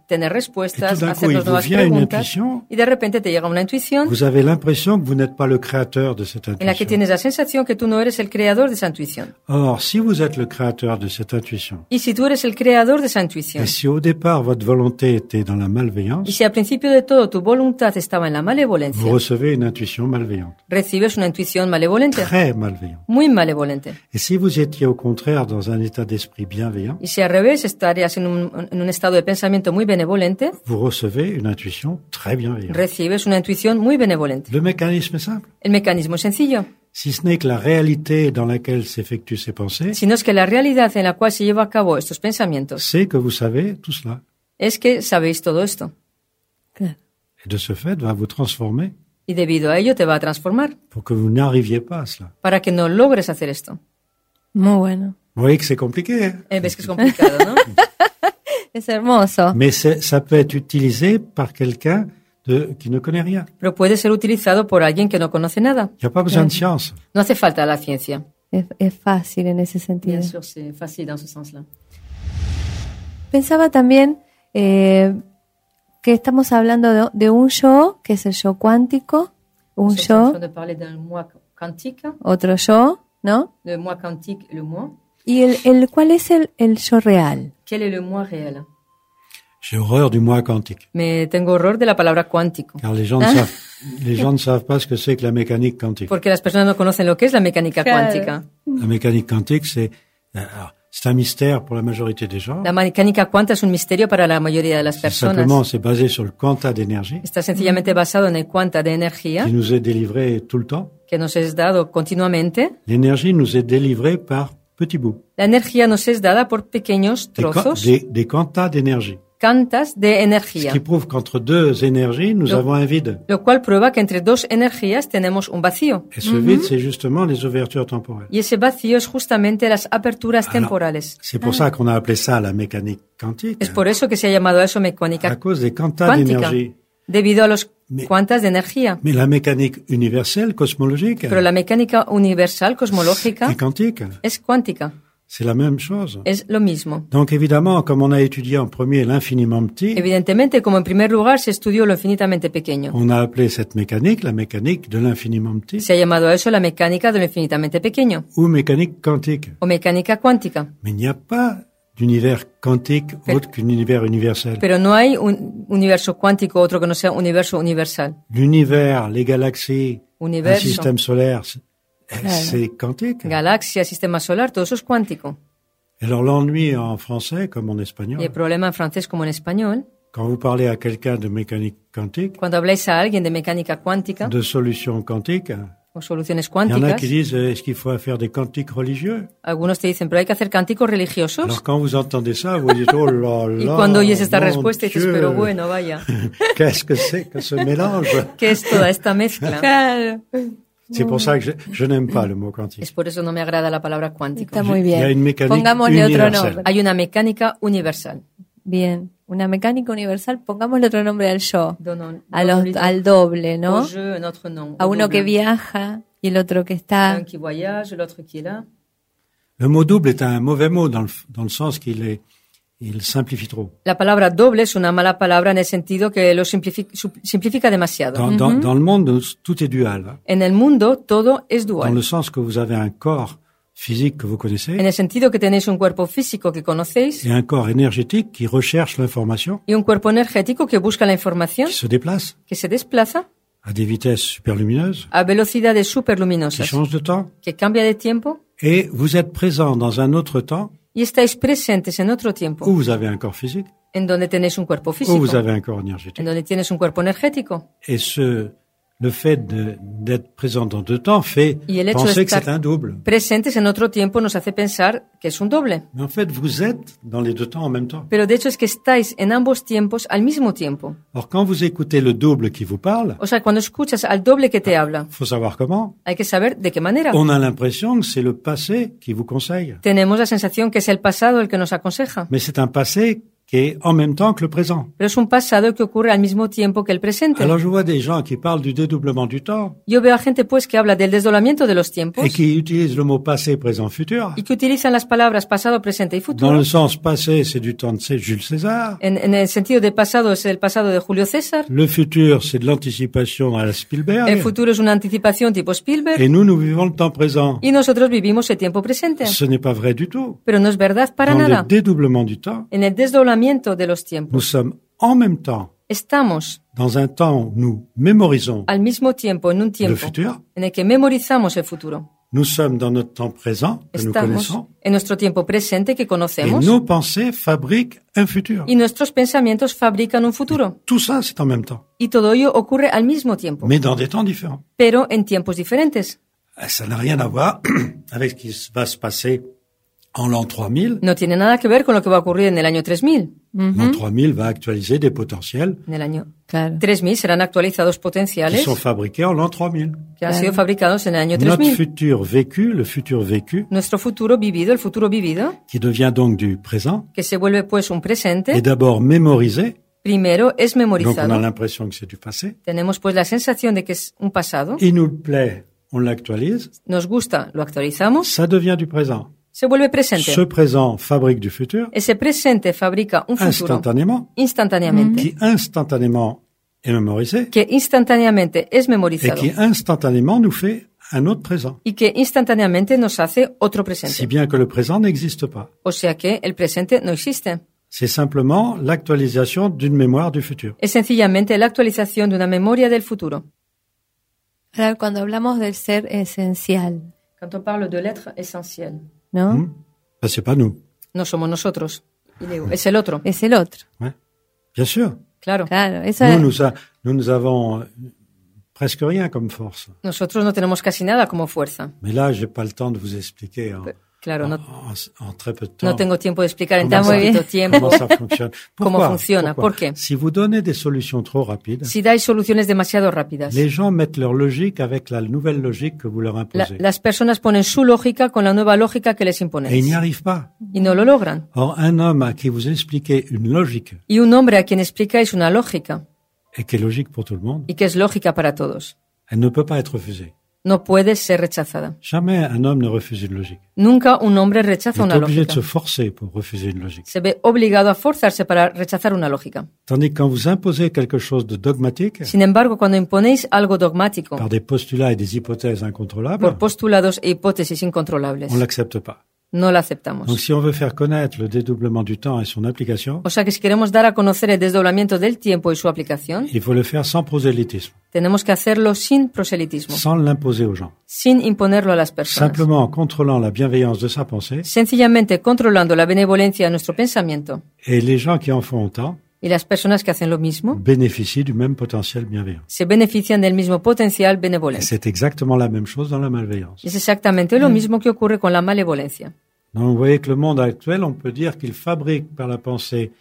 [SPEAKER 4] tener
[SPEAKER 5] Et
[SPEAKER 4] respuestas,
[SPEAKER 5] tout d'un coup, il
[SPEAKER 4] hacernos
[SPEAKER 5] vous
[SPEAKER 4] nuevas
[SPEAKER 5] vient une
[SPEAKER 4] preguntas,
[SPEAKER 5] intuition.
[SPEAKER 4] y de repente te llega una intuición
[SPEAKER 5] Vous avez l'impression que vous n'êtes pas le créateur de cette
[SPEAKER 4] en la que
[SPEAKER 5] intuition.
[SPEAKER 4] tienes la sensación que tú no eres el creador de esa intuición.
[SPEAKER 5] Or, si vous êtes le créateur de cette intuition,
[SPEAKER 4] Y si tú eres el creador de esa intuición,
[SPEAKER 5] et si au départ votre volonté était dans la malveillance,
[SPEAKER 4] y si al principio de todo tu voluntad estaba en la
[SPEAKER 5] vous
[SPEAKER 4] malevolencia,
[SPEAKER 5] recevez une intuition malveillante,
[SPEAKER 4] recibes una intuición malevolente,
[SPEAKER 5] très malveillante.
[SPEAKER 4] muy malevolente.
[SPEAKER 5] Et si vous étiez au contraire dans un état d'esprit bienveillant,
[SPEAKER 4] Y si al revés estarías en un, en un estado de pensamiento muy benevolente,
[SPEAKER 5] vous recevez une intuition très bienveillante.
[SPEAKER 4] recibes una intuición muy benevolente.
[SPEAKER 5] Le mécanisme est simple.
[SPEAKER 4] El mecanismo es sencillo.
[SPEAKER 5] si ce n'est que la réalité dans laquelle s'effectuent ces pensées,
[SPEAKER 4] sino es que la realidad en la cual se lleva a cabo estos pensamientos
[SPEAKER 5] c'est que vous savez tout cela.
[SPEAKER 4] es que sabéis todo esto
[SPEAKER 2] Claro.
[SPEAKER 5] Et de ce fait, va vous transformer
[SPEAKER 4] y debido a ello te va a transformar
[SPEAKER 5] pour que vous n'arriviez pas à cela.
[SPEAKER 4] para que no logres hacer esto.
[SPEAKER 2] Muy bueno.
[SPEAKER 5] Vous voyez que c'est compliqué, hein
[SPEAKER 4] Eh, ves que es complicado, ¿no?
[SPEAKER 2] Es hermoso.
[SPEAKER 5] mais c'est- ça peut être utilisé par quelqu'un de- qui ne connaît rien.
[SPEAKER 4] Pero puede ser utilizado por alguien que no conoce nada.
[SPEAKER 5] Il n'y a pas besoin de science.
[SPEAKER 4] No hace falta la ciencia.
[SPEAKER 2] Es, es fácil en ese sentido.
[SPEAKER 4] c'est facile dans ce sens-là.
[SPEAKER 2] Pensaba también eh, que estamos hablando de, de un yo, que es el yo cuántico, un yo,
[SPEAKER 4] de parler d'un moi quantique,
[SPEAKER 2] otro yo, ¿no?
[SPEAKER 4] le moi quantique, le moi.
[SPEAKER 2] Y el, el cuál es el, el yo real.
[SPEAKER 4] Quel est le moi réel
[SPEAKER 5] J'ai horreur du moi quantique,
[SPEAKER 4] Me tengo horror de la palabra cuántico,
[SPEAKER 5] car les gens ne savent, les gens ne savent pas ce que c'est que la mécanique quantique.
[SPEAKER 4] porque las personas no conocen lo que es la mecánica
[SPEAKER 2] Claro.
[SPEAKER 4] cuántica.
[SPEAKER 5] La mécanique quantique, c'est euh, alors, c'est un mystère pour la majorité des gens.
[SPEAKER 4] La mecánica cuántica es un misterio para la mayoría de las
[SPEAKER 5] C'est Simplement,
[SPEAKER 4] personas.
[SPEAKER 5] c'est basé sur le quanta d'énergie
[SPEAKER 4] Está sencillamente basado en el cuanta de energía
[SPEAKER 5] qui nous est délivré tout le temps.
[SPEAKER 4] que nos es dado continuamente.
[SPEAKER 5] L'énergie nous est délivrée par petits bouts,
[SPEAKER 4] La energía nos es dada por pequeños
[SPEAKER 5] des, quan-
[SPEAKER 4] trozos,
[SPEAKER 5] des, des quantas d'énergie.
[SPEAKER 4] cantas de
[SPEAKER 5] Ce
[SPEAKER 4] energía,
[SPEAKER 5] qui prouve qu'entre deux énergies, nous
[SPEAKER 4] Donc-
[SPEAKER 5] avons un vide.
[SPEAKER 4] lo cual prueba que entre dos energías tenemos un vacío.
[SPEAKER 5] Et ce vide, c'est justement les ouvertures temporelles.
[SPEAKER 4] Y ese vacío es justamente las aperturas temporales.
[SPEAKER 5] C'est pour ça qu'on a appelé ça la mécanique quantique,
[SPEAKER 4] Es por eso que se ha llamado a eso
[SPEAKER 5] à
[SPEAKER 4] mecánica
[SPEAKER 5] cause des quantas
[SPEAKER 4] cuántica,
[SPEAKER 5] d'énergie.
[SPEAKER 4] debido a los
[SPEAKER 5] Me-
[SPEAKER 4] cuantas de energía.
[SPEAKER 5] Mais la mécanique universelle, cosmologique,
[SPEAKER 4] Pero la hein. mecánica universal cosmológica
[SPEAKER 5] et quantique,
[SPEAKER 4] es cuántica,
[SPEAKER 5] c'est la même chose.
[SPEAKER 4] es lo mismo.
[SPEAKER 5] Donc évidemment, comme on a étudié en premier l'infiniment petit,
[SPEAKER 4] Evidentemente, como en primer lugar se estudió lo infinitamente pequeño,
[SPEAKER 5] on a appelé cette mécanique la mécanique de l'infiniment petit
[SPEAKER 4] se ha llamado a eso la mecánica de lo infinitamente pequeño
[SPEAKER 5] ou mécanique quantique.
[SPEAKER 4] o mecánica cuántica.
[SPEAKER 5] Mais il n'y a pas d'univers quantique
[SPEAKER 4] Pero-
[SPEAKER 5] autre qu'un univers universel.
[SPEAKER 4] Pero no hay un universo cuántico otro que no sea universo universal.
[SPEAKER 5] L'univers, les galaxies, le
[SPEAKER 4] Universo,
[SPEAKER 5] système solaire, c'est- c'est quantique.
[SPEAKER 4] galaxia, sistema solar, todo eso es cuántico.
[SPEAKER 5] Alors l'ennui en français comme en
[SPEAKER 4] Y el
[SPEAKER 5] espagnol,
[SPEAKER 4] problema en francés como en español,
[SPEAKER 5] quand vous parlez à quelqu'un de mécanique quantique,
[SPEAKER 4] cuando habláis a alguien de mecánica cuántica
[SPEAKER 5] de solutions quantiques,
[SPEAKER 4] o soluciones
[SPEAKER 5] il y en a
[SPEAKER 4] cuánticas,
[SPEAKER 5] qui disent euh, est-ce qu'il faut faire des quantiques religieux
[SPEAKER 4] algunos te dicen, pero hay que hacer cánticos religiosos.
[SPEAKER 5] Alors quand vous entendez ça, vous dites oh là là.
[SPEAKER 4] Y cuando oyes esta
[SPEAKER 5] mon
[SPEAKER 4] respuesta dices,
[SPEAKER 5] Dieu,
[SPEAKER 4] pero bueno, vaya,
[SPEAKER 5] Qu'est-ce que c'est que ce mélange
[SPEAKER 4] ¿qué es toda esta mezcla?
[SPEAKER 5] C'est pour ça que je, je n'aime pas le mot quantique.
[SPEAKER 4] Es por eso no me agrada la palabra cuántico.
[SPEAKER 2] Está muy
[SPEAKER 5] Il y a
[SPEAKER 2] bien.
[SPEAKER 5] une mécanique
[SPEAKER 2] Pongámosle otro
[SPEAKER 5] universelle.
[SPEAKER 2] nombre.
[SPEAKER 4] Hay una mecánica universal.
[SPEAKER 2] Bien. Una mecánica universal, pongámosle otro nombre al yo.
[SPEAKER 4] Donon-
[SPEAKER 2] A los,
[SPEAKER 4] donon-
[SPEAKER 2] al doble, ¿no?
[SPEAKER 4] au jeu, un autre nom,
[SPEAKER 2] A
[SPEAKER 4] au
[SPEAKER 2] uno
[SPEAKER 4] double.
[SPEAKER 2] que viaja y el otro que
[SPEAKER 4] Un
[SPEAKER 2] está.
[SPEAKER 4] qui voyage, l'autre qui est là.
[SPEAKER 5] Le mot double est un mauvais mot dans le, f- dans le sens qu'il est, il simplifie trop.
[SPEAKER 4] La palabra doble es una mala palabra en el sentido que lo simplifi- su- simplifica demasiado.
[SPEAKER 5] Dans, dans- dans le monde, tout est dual. hein.
[SPEAKER 4] En el mundo todo es
[SPEAKER 5] Dans
[SPEAKER 4] dual.
[SPEAKER 5] le sens que vous avez un corps physique que vous
[SPEAKER 4] En
[SPEAKER 5] connaissez
[SPEAKER 4] el sentido que tenéis un cuerpo físico que conocéis
[SPEAKER 5] et un corps énergétique qui recherche l'information,
[SPEAKER 4] y un cuerpo energético que busca la información,
[SPEAKER 5] qui se déplace
[SPEAKER 4] que se desplaza
[SPEAKER 5] à des vitesses superlumineuses,
[SPEAKER 4] a velocidades
[SPEAKER 5] qui
[SPEAKER 4] superluminosas,
[SPEAKER 5] change de temps,
[SPEAKER 4] que cambia de tiempo
[SPEAKER 5] et vous êtes présent dans un autre temps
[SPEAKER 4] y estáis presentes en otro tiempo,
[SPEAKER 5] où vous avez un corps physique,
[SPEAKER 4] en donde tenéis un cuerpo
[SPEAKER 5] où vous
[SPEAKER 4] físico,
[SPEAKER 5] avez un corps
[SPEAKER 4] en
[SPEAKER 5] énergétique.
[SPEAKER 4] donde tienes un cuerpo energético.
[SPEAKER 5] Et ce, le fait de- d'être présent dans deux temps fait
[SPEAKER 4] Et le hecho de
[SPEAKER 5] penser que
[SPEAKER 4] estar-
[SPEAKER 5] c'est un double.
[SPEAKER 4] Presentes en otro tiempo nos hace pensar que es un doble.
[SPEAKER 5] Mais en fait, vous êtes dans les deux temps en même temps.
[SPEAKER 4] Pero de hecho es que estáis en ambos tiempos al mismo tiempo.
[SPEAKER 5] Or, quand vous écoutez le double qui vous parle,
[SPEAKER 4] O sea, cuando escuchas al doble que te habla,
[SPEAKER 5] faut savoir comment,
[SPEAKER 4] hay que saber de qué manera.
[SPEAKER 5] on a l'impression que c'est le passé qui vous conseille.
[SPEAKER 4] Tenemos la sensación que es el pasado el que nos aconseja.
[SPEAKER 5] Mais c'est un passé qui est en même temps que le présent.
[SPEAKER 4] Pero es un pasado que ocurre al mismo tiempo que el presente.
[SPEAKER 5] Alors je vois des gens qui parlent du dédoublement du temps
[SPEAKER 4] Yo veo a gente pues que habla del desdoblamiento de los tiempos
[SPEAKER 5] et qui utilisent le mot passé, présent, futur.
[SPEAKER 4] y que utilizan las palabras pasado, presente y
[SPEAKER 5] Dans
[SPEAKER 4] futuro.
[SPEAKER 5] le sens passé, c'est du temps de Cé- Jules César.
[SPEAKER 4] En, en el sentido de pasado es el pasado de Julio César.
[SPEAKER 5] Le futur, c'est de l'anticipation à la
[SPEAKER 4] El
[SPEAKER 5] Spielberg.
[SPEAKER 4] futuro es una anticipación tipo Spielberg.
[SPEAKER 5] Et nous, nous vivons le temps présent.
[SPEAKER 4] Y nosotros vivimos el tiempo presente.
[SPEAKER 5] Ce n'est pas vrai du tout.
[SPEAKER 4] Pero no es verdad para
[SPEAKER 5] Dans le
[SPEAKER 4] nada.
[SPEAKER 5] dédoublement du temps,
[SPEAKER 4] En el desdoblamiento de los tiempos
[SPEAKER 5] nous sommes en même temps
[SPEAKER 4] estamos
[SPEAKER 5] dans un temps où nous mémorisons
[SPEAKER 4] al mismo tiempo en un
[SPEAKER 5] le
[SPEAKER 4] tiempo
[SPEAKER 5] futur.
[SPEAKER 4] en el que memorizamos el futuro.
[SPEAKER 5] Nous sommes dans notre temps présent que nous
[SPEAKER 4] Estamos
[SPEAKER 5] connaissons.
[SPEAKER 4] en nuestro tiempo presente que
[SPEAKER 5] Et
[SPEAKER 4] conocemos
[SPEAKER 5] nos pensées fabriquent un futur.
[SPEAKER 4] y nuestros pensamientos fabrican un futuro.
[SPEAKER 5] Tout ça, c'est en même temps,
[SPEAKER 4] Y todo ello ocurre al mismo tiempo,
[SPEAKER 5] mais dans des temps différents.
[SPEAKER 4] pero en tiempos diferentes.
[SPEAKER 5] Ah, ça n'a rien à voir avec ce qui va se passer en l'an 3000.
[SPEAKER 4] No tiene nada que ver con lo que va a ocurrir en el año 3000.
[SPEAKER 5] L'an 3000 va actualiser des potentiels
[SPEAKER 4] En el año
[SPEAKER 2] Claro.
[SPEAKER 4] 3000 serán actualizados
[SPEAKER 5] qui
[SPEAKER 4] potenciales
[SPEAKER 5] sont fabriqués en l'an 3000.
[SPEAKER 4] que han sido fabricados en el año
[SPEAKER 5] Notre
[SPEAKER 4] 3000.
[SPEAKER 5] futur vécu, le futur vécu,
[SPEAKER 4] Nuestro futuro vivido, el futuro vivido,
[SPEAKER 5] qui devient donc du présent,
[SPEAKER 4] que se vuelve pues un
[SPEAKER 5] est
[SPEAKER 4] presente,
[SPEAKER 5] d'abord mémorisé.
[SPEAKER 4] primero es
[SPEAKER 5] Donc on a
[SPEAKER 4] memorizado.
[SPEAKER 5] l'impression que c'est du passé.
[SPEAKER 4] Tenemos pues la sensación de que es un pasado,
[SPEAKER 5] Il nous plaît, on l'actualise.
[SPEAKER 4] nos gusta, lo actualizamos,
[SPEAKER 5] Ça devient du présent.
[SPEAKER 4] se vuelve presente.
[SPEAKER 5] Ce présent fabrique du futur
[SPEAKER 4] Ese presente fabrica un futuro
[SPEAKER 5] instantanément,
[SPEAKER 4] instantáneamente,
[SPEAKER 5] qui instantanément est mémorisé
[SPEAKER 4] que instantáneamente es
[SPEAKER 5] et
[SPEAKER 4] memorizado
[SPEAKER 5] qui instantanément nous fait un autre présent.
[SPEAKER 4] y que instantáneamente nos hace otro
[SPEAKER 5] Si
[SPEAKER 4] presente.
[SPEAKER 5] bien que le présent n'existe pas.
[SPEAKER 4] O sea que el presente no existe.
[SPEAKER 5] C'est simplement l'actualisation d'une mémoire du futur.
[SPEAKER 4] Es sencillamente la actualización de una memoria del futuro.
[SPEAKER 2] Ahora, cuando hablamos del ser esencial,
[SPEAKER 4] Cuando parlo de l'être essentiel,
[SPEAKER 2] ¿no?
[SPEAKER 5] Hmm. Ben, c'est pas nous.
[SPEAKER 4] no somos nosotros, es el otro.
[SPEAKER 2] Es el otro.
[SPEAKER 5] Ouais. Bien sûr.
[SPEAKER 4] Claro,
[SPEAKER 2] Claro, esa
[SPEAKER 5] Nous, nous, a- nous, nous avons euh, presque rien comme force.
[SPEAKER 4] nosotros no tenemos casi nada como fuerza.
[SPEAKER 5] Mais là, j'ai pas le temps de vous expliquer en,
[SPEAKER 4] Claro, no,
[SPEAKER 5] en- en- en très peu de temps.
[SPEAKER 4] no tengo tiempo de explicar en
[SPEAKER 5] Comment
[SPEAKER 4] tan
[SPEAKER 5] ça-
[SPEAKER 4] poquito tiempo.
[SPEAKER 5] Comment ça fonctionne
[SPEAKER 4] Comment fonctionne,
[SPEAKER 5] Pourquoi
[SPEAKER 4] pourquoi
[SPEAKER 5] Si vous donnez des solutions trop rapides,
[SPEAKER 4] Si dais soluciones demasiado rápidas,
[SPEAKER 5] les gens mettent leur logique avec la nouvelle logique que vous leur
[SPEAKER 4] La-
[SPEAKER 5] imposez.
[SPEAKER 4] las personas ponen su lógica con la nueva lógica que les
[SPEAKER 5] Et ils n'y
[SPEAKER 4] imponéis
[SPEAKER 5] arrivent pas.
[SPEAKER 4] y no lo logran.
[SPEAKER 5] Or, un homme à qui vous expliquez une logique,
[SPEAKER 4] Y un hombre a quien explicáis una lógica
[SPEAKER 5] et qui est logique pour tout le monde,
[SPEAKER 4] y que es lógica para todos,
[SPEAKER 5] elle ne peut pas être refusée.
[SPEAKER 4] no puede ser rechazada.
[SPEAKER 5] Jamais un homme ne refuse une logique.
[SPEAKER 4] Nunca un hombre
[SPEAKER 5] Il
[SPEAKER 4] rechaza
[SPEAKER 5] est
[SPEAKER 4] una
[SPEAKER 5] obligé de
[SPEAKER 4] lógica.
[SPEAKER 5] se forcer pour refuser une logique.
[SPEAKER 4] Se ve obligado a forzarse para rechazar una lógica.
[SPEAKER 5] Tandis que quand vous imposez quelque chose de dogmatique,
[SPEAKER 4] Sin embargo, cuando imponéis algo dogmático
[SPEAKER 5] par des postulats et des hypothèses incontrôlables,
[SPEAKER 4] por postulados e hipótesis incontrolables,
[SPEAKER 5] on l'accepte pas.
[SPEAKER 4] no la
[SPEAKER 5] Donc
[SPEAKER 4] aceptamos.
[SPEAKER 5] si on veut faire connaître le dédoublement du temps et son application,
[SPEAKER 4] O sea que si queremos dar a conocer el desdoblamiento del tiempo y su aplicación,
[SPEAKER 5] il faut le faire sans prosélytisme,
[SPEAKER 4] tenemos que hacerlo sin proselitismo,
[SPEAKER 5] sans l'imposer aux gens.
[SPEAKER 4] sin imponerlo a las personas.
[SPEAKER 5] Simplement en contrôlant la bienveillance de sa pensée,
[SPEAKER 4] sencillamente controlando la benevolencia de nuestro pensamiento
[SPEAKER 5] et les gens qui en font autant
[SPEAKER 4] y las personas que hacen lo mismo
[SPEAKER 5] bénéficient du même potentiel bienveillant.
[SPEAKER 4] se benefician del mismo potencial
[SPEAKER 5] Et
[SPEAKER 4] benevolente.
[SPEAKER 5] c'est exactement la même chose dans la malveillance.
[SPEAKER 4] Es exactamente lo mismo que ocurre con la malevolencia.
[SPEAKER 5] Donc vous voyez que le monde actuel, on peut dire qu'il fabrique par la pensée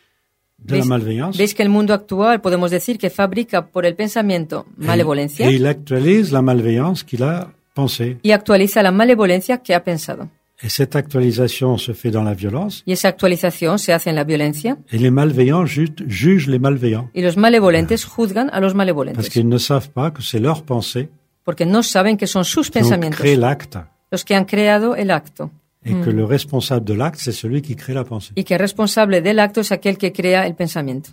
[SPEAKER 5] de la
[SPEAKER 4] Veis-
[SPEAKER 5] malveillance
[SPEAKER 4] Veis que el mundo actual podemos decir que fabrica por el pensamiento malevolencia
[SPEAKER 5] et il actualise la malveillance qu'il a pensée.
[SPEAKER 4] y actualiza la malevolencia que ha pensado.
[SPEAKER 5] Et cette actualisation se fait dans la violence
[SPEAKER 4] Y esa actualización se hace en la violencia
[SPEAKER 5] et les malveillants ju- jugent les malveillants
[SPEAKER 4] y los malevolentes juzgan a los
[SPEAKER 5] parce
[SPEAKER 4] malevolentes
[SPEAKER 5] qu'ils ne savent pas que c'est leur pensée
[SPEAKER 4] porque no saben que son sus
[SPEAKER 5] qui ont créé
[SPEAKER 4] pensamientos
[SPEAKER 5] l'acte
[SPEAKER 4] los que han creado el acto
[SPEAKER 5] et que le responsable de l'acte, c'est celui qui crée la pensée.
[SPEAKER 4] y que el responsable del acto es aquel que crea el pensamiento.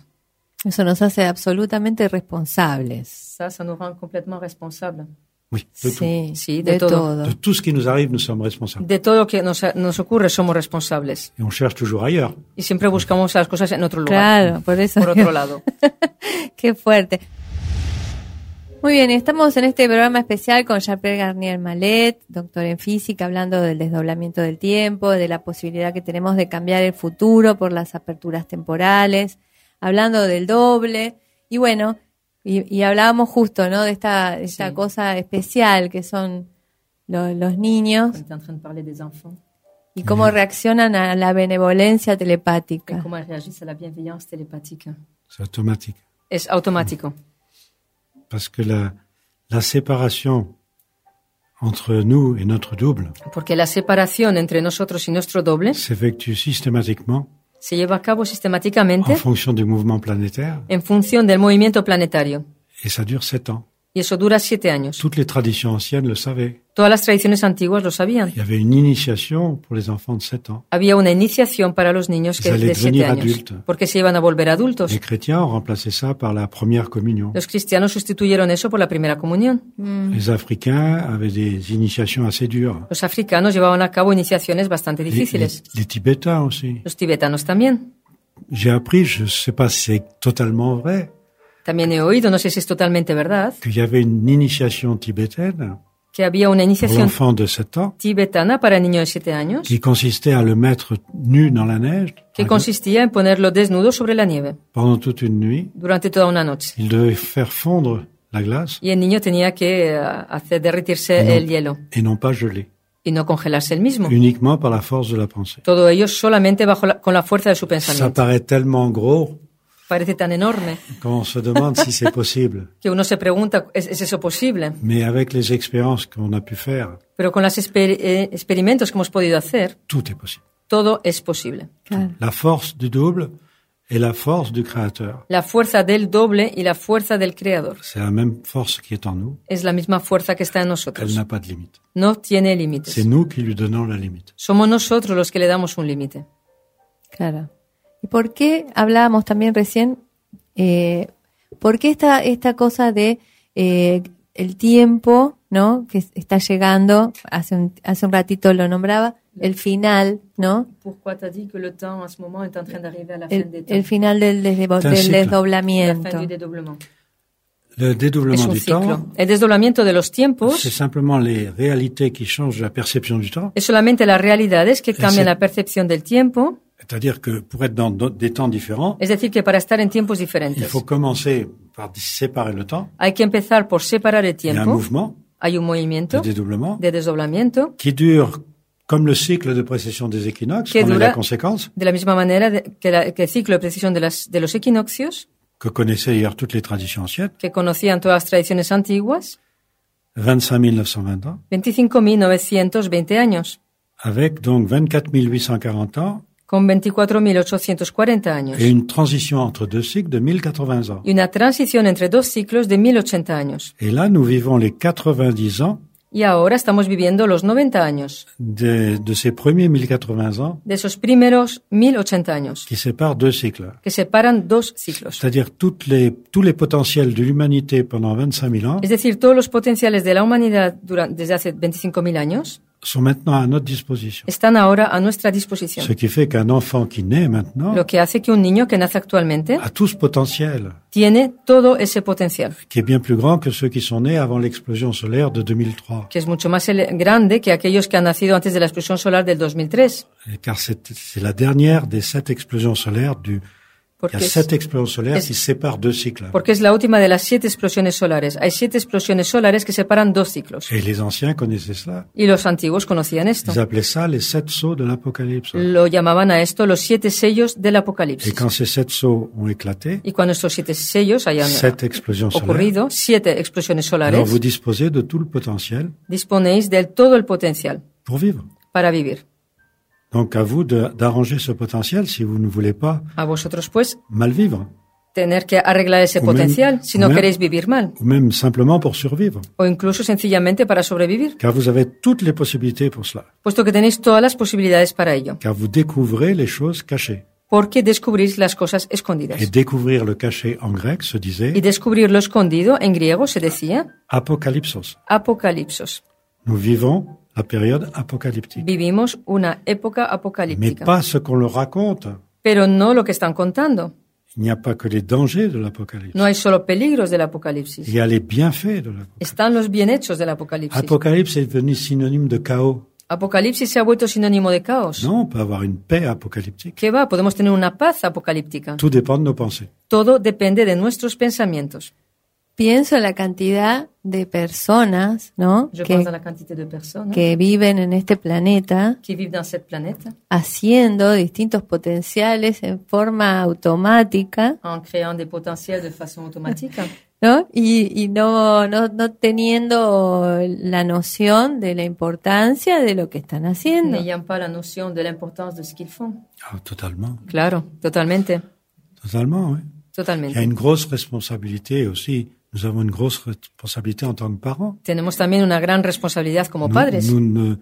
[SPEAKER 2] Eso nos hace absolutamente responsables.
[SPEAKER 4] Ça, ça nous rend complètement responsables.
[SPEAKER 5] Oui, de tout.
[SPEAKER 2] Sí,
[SPEAKER 4] Sí,
[SPEAKER 2] de,
[SPEAKER 4] de todo.
[SPEAKER 2] todo.
[SPEAKER 5] De tout ce qui nous arrive, nous sommes responsables.
[SPEAKER 4] De todo lo que nos, nos ocurre somos responsables.
[SPEAKER 5] Et on cherche toujours ailleurs.
[SPEAKER 4] Y siempre buscamos las cosas en otro lugar.
[SPEAKER 2] Claro, por eso.
[SPEAKER 4] Por otro lado.
[SPEAKER 2] Qué fuerte. Muy bien, estamos en este programa especial con Jean-Pierre Garnier Malet, doctor en física, hablando del desdoblamiento del tiempo, de la posibilidad que tenemos de cambiar el futuro por las aperturas temporales, hablando del doble. Y bueno, y, y hablábamos justo, ¿no? De esta, de esta
[SPEAKER 4] Sí.
[SPEAKER 2] cosa especial que son lo- los niños
[SPEAKER 4] en train de parler des enfants
[SPEAKER 2] y cómo reaccionan a la benevolencia telepática.
[SPEAKER 4] comment réagissent à la bienveillance télépathique.
[SPEAKER 5] C'est automatique.
[SPEAKER 4] Es automático.
[SPEAKER 5] Parce que la, la séparation entre nous et notre double
[SPEAKER 4] Porque la separación entre nosotros y nuestro doble
[SPEAKER 5] s'effectue systématiquement
[SPEAKER 4] se lleva a cabo
[SPEAKER 5] en
[SPEAKER 4] sistemáticamente
[SPEAKER 5] fonction du mouvement planétaire
[SPEAKER 4] en función del movimiento planetario.
[SPEAKER 5] et ça dure sept ans.
[SPEAKER 4] Y eso dura siete años.
[SPEAKER 5] Toutes les traditions anciennes le savaient.
[SPEAKER 4] Todas las tradiciones antiguas lo sabían.
[SPEAKER 5] Il y avait une initiation pour les enfants de 7 ans.
[SPEAKER 4] Había una iniciación para los niños que
[SPEAKER 5] Ils allaient
[SPEAKER 4] de siete
[SPEAKER 5] devenir
[SPEAKER 4] años.
[SPEAKER 5] adultes.
[SPEAKER 4] Porque se iban a volver adultos.
[SPEAKER 5] Les chrétiens ont remplacé ça par la première communion.
[SPEAKER 4] Los cristianos sustituyeron eso por la primera comunión.
[SPEAKER 5] Les Africains avaient des initiations assez dures.
[SPEAKER 4] Los africanos llevaban a cabo iniciaciones bastante
[SPEAKER 5] Les, les-
[SPEAKER 4] difíciles.
[SPEAKER 5] les Tibétains aussi.
[SPEAKER 4] Los tibetanos también.
[SPEAKER 5] J'ai appris, je ne sais pas si c'est totalement vrai,
[SPEAKER 4] También he oído, no sé si es totalmente verdad,
[SPEAKER 5] qu'il y avait une initiation tibétaine
[SPEAKER 4] que había una
[SPEAKER 5] pour
[SPEAKER 4] iniciación
[SPEAKER 5] l'enfant de 7 ans
[SPEAKER 4] tibetana para niños de siete años
[SPEAKER 5] qui consistait à le mettre nu dans la neige
[SPEAKER 4] que consistía en ponerlo desnudo sobre la nieve
[SPEAKER 5] pendant toute une nuit.
[SPEAKER 4] durante toda una noche.
[SPEAKER 5] Il devait faire fondre la glace
[SPEAKER 4] Y el niño tenía que eh, hacer derretirse
[SPEAKER 5] No.
[SPEAKER 4] el hielo
[SPEAKER 5] et non pas gelée,
[SPEAKER 4] y no congelarse el mismo.
[SPEAKER 5] uniquement par la force de la pensée.
[SPEAKER 4] Todo ello solamente bajo la- con la fuerza de su
[SPEAKER 5] Ça
[SPEAKER 4] pensamiento.
[SPEAKER 5] paraît tellement gros
[SPEAKER 4] Parece tan enorme
[SPEAKER 5] qu'on se demande si c'est possible.
[SPEAKER 4] que uno se pregunta, ¿es, es eso posible?
[SPEAKER 5] Mais avec les expériences qu'on a pu faire,
[SPEAKER 4] Pero con los experimentos que hemos podido hacer,
[SPEAKER 5] tout est possible.
[SPEAKER 4] todo es posible.
[SPEAKER 2] Claro.
[SPEAKER 5] La force du double est la force du Créateur.
[SPEAKER 4] La fuerza del doble y la fuerza del creador
[SPEAKER 5] C'est la même force qui est en nous.
[SPEAKER 4] es la misma fuerza que está en
[SPEAKER 5] Elle
[SPEAKER 4] nosotros.
[SPEAKER 5] n'a pas de limite.
[SPEAKER 4] No tiene límites.
[SPEAKER 5] C'est nous qui lui donnons la limite.
[SPEAKER 4] Somos nosotros los que le damos un límite.
[SPEAKER 2] Claro. ¿Y por qué hablábamos también recién? eh, ¿Por qué esta, esta cosa de eh, el tiempo, ¿no? Que es- está llegando, hace un, hace un ratito lo nombraba, el final, ¿no?
[SPEAKER 4] Pourquoi t'as dit que le temps en ce moment est en train d'arriver à la fin
[SPEAKER 2] El,
[SPEAKER 4] des temps,
[SPEAKER 2] el final del, desdebo-
[SPEAKER 5] Está
[SPEAKER 2] del
[SPEAKER 5] en ciclo.
[SPEAKER 4] la fin
[SPEAKER 2] desdoblamiento.
[SPEAKER 4] du dédoublement
[SPEAKER 5] Le
[SPEAKER 4] Es
[SPEAKER 5] dédoublement
[SPEAKER 4] un
[SPEAKER 5] du
[SPEAKER 4] ciclo.
[SPEAKER 5] temps,
[SPEAKER 4] El desdoblamiento de los
[SPEAKER 5] c'est
[SPEAKER 4] tiempos
[SPEAKER 5] simplement les réalités qui changent la perception du temps.
[SPEAKER 4] es solamente las realidades que
[SPEAKER 5] Ese-
[SPEAKER 4] cambian la percepción del tiempo,
[SPEAKER 5] C'est-à-dire que pour être dans d'autres- des temps différents,
[SPEAKER 4] es decir, que para estar en tiempos
[SPEAKER 5] il
[SPEAKER 4] diferentes
[SPEAKER 5] faut commencer par séparer le temps.
[SPEAKER 4] hay que empezar por separar el
[SPEAKER 5] Il y a un
[SPEAKER 4] tiempo.
[SPEAKER 5] mouvement
[SPEAKER 4] Hay un
[SPEAKER 5] de
[SPEAKER 4] movimiento
[SPEAKER 5] dédoublement
[SPEAKER 4] de desdoblamiento
[SPEAKER 5] qui dure comme le cycle de précession des équinoxes,
[SPEAKER 4] Qui est
[SPEAKER 5] on est
[SPEAKER 4] dura-
[SPEAKER 5] la conséquence,
[SPEAKER 4] de la misma manera de- que, la- que el ciclo de precisión de, las- de los equinoccios,
[SPEAKER 5] que connaissaient hier toutes les traditions anciennes,
[SPEAKER 4] que conocían todas las tradiciones antiguas,
[SPEAKER 5] 25 920 ans,
[SPEAKER 4] 25.920 años,
[SPEAKER 5] avec donc 24 840 ans
[SPEAKER 4] con 24.840 años.
[SPEAKER 5] et une transition entre deux cycles de 1080 ans.
[SPEAKER 4] y una transición entre dos ciclos de 1080 años.
[SPEAKER 5] Et là, nous vivons les 90 ans
[SPEAKER 4] Y ahora estamos viviendo los 90 años,
[SPEAKER 5] de, de ces premiers 1080 ans
[SPEAKER 4] de esos primeros 1080 años,
[SPEAKER 5] qui séparent deux cycles.
[SPEAKER 4] que separan dos ciclos.
[SPEAKER 5] C'est-à-dire toutes les, tous les potentiels de l'humanité pendant 25 000 ans
[SPEAKER 4] Es decir, todos los potenciales de la humanidad dura- desde hace 25.000 años
[SPEAKER 5] sont maintenant à notre disposition.
[SPEAKER 4] están ahora a nuestra
[SPEAKER 5] Ce
[SPEAKER 4] disposición,
[SPEAKER 5] qui fait qu'un enfant qui naît maintenant
[SPEAKER 4] lo que hace que un niño que nace actualmente
[SPEAKER 5] a tout ce potentiel
[SPEAKER 4] tiene todo ese potencial,
[SPEAKER 5] qui est bien plus grand que ceux qui sont nés avant l'explosion solaire de 2003.
[SPEAKER 4] que es mucho más ele- grande que aquellos que han nacido antes de la explosión solar del 2003,
[SPEAKER 5] Et Car c'est c'est la dernière des sept explosions solaires du. Il y
[SPEAKER 4] porque
[SPEAKER 5] a
[SPEAKER 4] es,
[SPEAKER 5] sept explosions solaires
[SPEAKER 4] est-ce-
[SPEAKER 5] qui séparent deux cycles.
[SPEAKER 4] porque es la última de las siete explosiones solares. Hay siete explosiones solares que separan dos ciclos.
[SPEAKER 5] Et les anciens connaissaient cela.
[SPEAKER 4] Y los antiguos conocían esto.
[SPEAKER 5] Ils appelaient ça les sept sceaux de l'Apocalypse.
[SPEAKER 4] Lo llamaban a esto los siete sellos del
[SPEAKER 5] Et
[SPEAKER 4] Apocalipsis.
[SPEAKER 5] quand ces sept sceaux ont éclaté,
[SPEAKER 4] Y cuando estos siete sellos hayan
[SPEAKER 5] sept explosions solaires,
[SPEAKER 4] ocurrido, siete explosiones
[SPEAKER 5] alors vous
[SPEAKER 4] solares,
[SPEAKER 5] disposez de tout le potentiel
[SPEAKER 4] disponéis de todo el potencial
[SPEAKER 5] pour vivre.
[SPEAKER 4] para vivir.
[SPEAKER 5] Donc à vous de- d'arranger ce potentiel si vous ne voulez pas
[SPEAKER 4] A vosotros, pues,
[SPEAKER 5] mal vivre,
[SPEAKER 4] tener que arreglar ese
[SPEAKER 5] Homem-
[SPEAKER 4] potencial si no
[SPEAKER 5] homem-
[SPEAKER 4] queréis vivir mal,
[SPEAKER 5] ou même simplement pour survivre,
[SPEAKER 4] o incluso sencillamente para sobrevivir,
[SPEAKER 5] car vous avez toutes les possibilités pour cela,
[SPEAKER 4] puesto que tenéis todas las posibilidades para ello,
[SPEAKER 5] car vous découvrez les choses cachées.
[SPEAKER 4] porque descubrís las cosas escondidas.
[SPEAKER 5] Et découvrir le caché en grec se
[SPEAKER 4] Y
[SPEAKER 5] disait
[SPEAKER 4] descubrir lo escondido, en griego se decía
[SPEAKER 5] apocalypsos.
[SPEAKER 4] apocalipsos.
[SPEAKER 5] Nous vivons la période apocalyptique,
[SPEAKER 4] Vivimos una época
[SPEAKER 5] mais
[SPEAKER 4] apocalíptica.
[SPEAKER 5] pas ce qu'on le raconte.
[SPEAKER 4] pero no lo que están contando.
[SPEAKER 5] Il n'y a pas que les dangers de l'apocalypse,
[SPEAKER 4] No hay solo peligros del apocalipsis,
[SPEAKER 5] il y a les bienfaits de l'apocalypse.
[SPEAKER 4] están los bienhechos del apocalipsis.
[SPEAKER 5] Apocalypse est devenu synonyme de chaos.
[SPEAKER 4] apocalipsis se ha vuelto sinónimo de caos.
[SPEAKER 5] Non, on peut avoir une paix apocalyptique.
[SPEAKER 4] ¿Qué va? Podemos tener una paz apocalíptica.
[SPEAKER 5] Tout dépend de nos pensées.
[SPEAKER 4] Todo depende de nuestros pensamientos.
[SPEAKER 2] Pienso en la cantidad de personas, ¿no?
[SPEAKER 4] Yo
[SPEAKER 2] Que,
[SPEAKER 4] pienso en la cantidad de personas
[SPEAKER 2] que viven en este planeta
[SPEAKER 4] que viven en este planeta,
[SPEAKER 2] haciendo distintos potenciales en forma automática,
[SPEAKER 4] en creando des potenciales de façon automatique,
[SPEAKER 2] ¿no? Y, y no, no, no teniendo la noción de la importancia de lo que están haciendo.
[SPEAKER 4] n'ayant pas la notion de la importancia de ce qu'ils font.
[SPEAKER 5] Ah, totalement.
[SPEAKER 4] Claro, totalmente,
[SPEAKER 5] Totalement, oui. Il y a
[SPEAKER 4] totalmente.
[SPEAKER 5] une grosse responsabilité aussi. Nous avons une grosse responsabilité en tant que parents.
[SPEAKER 4] Tenemos también una gran responsabilidad como
[SPEAKER 5] Nous,
[SPEAKER 4] padres.
[SPEAKER 5] nous ne,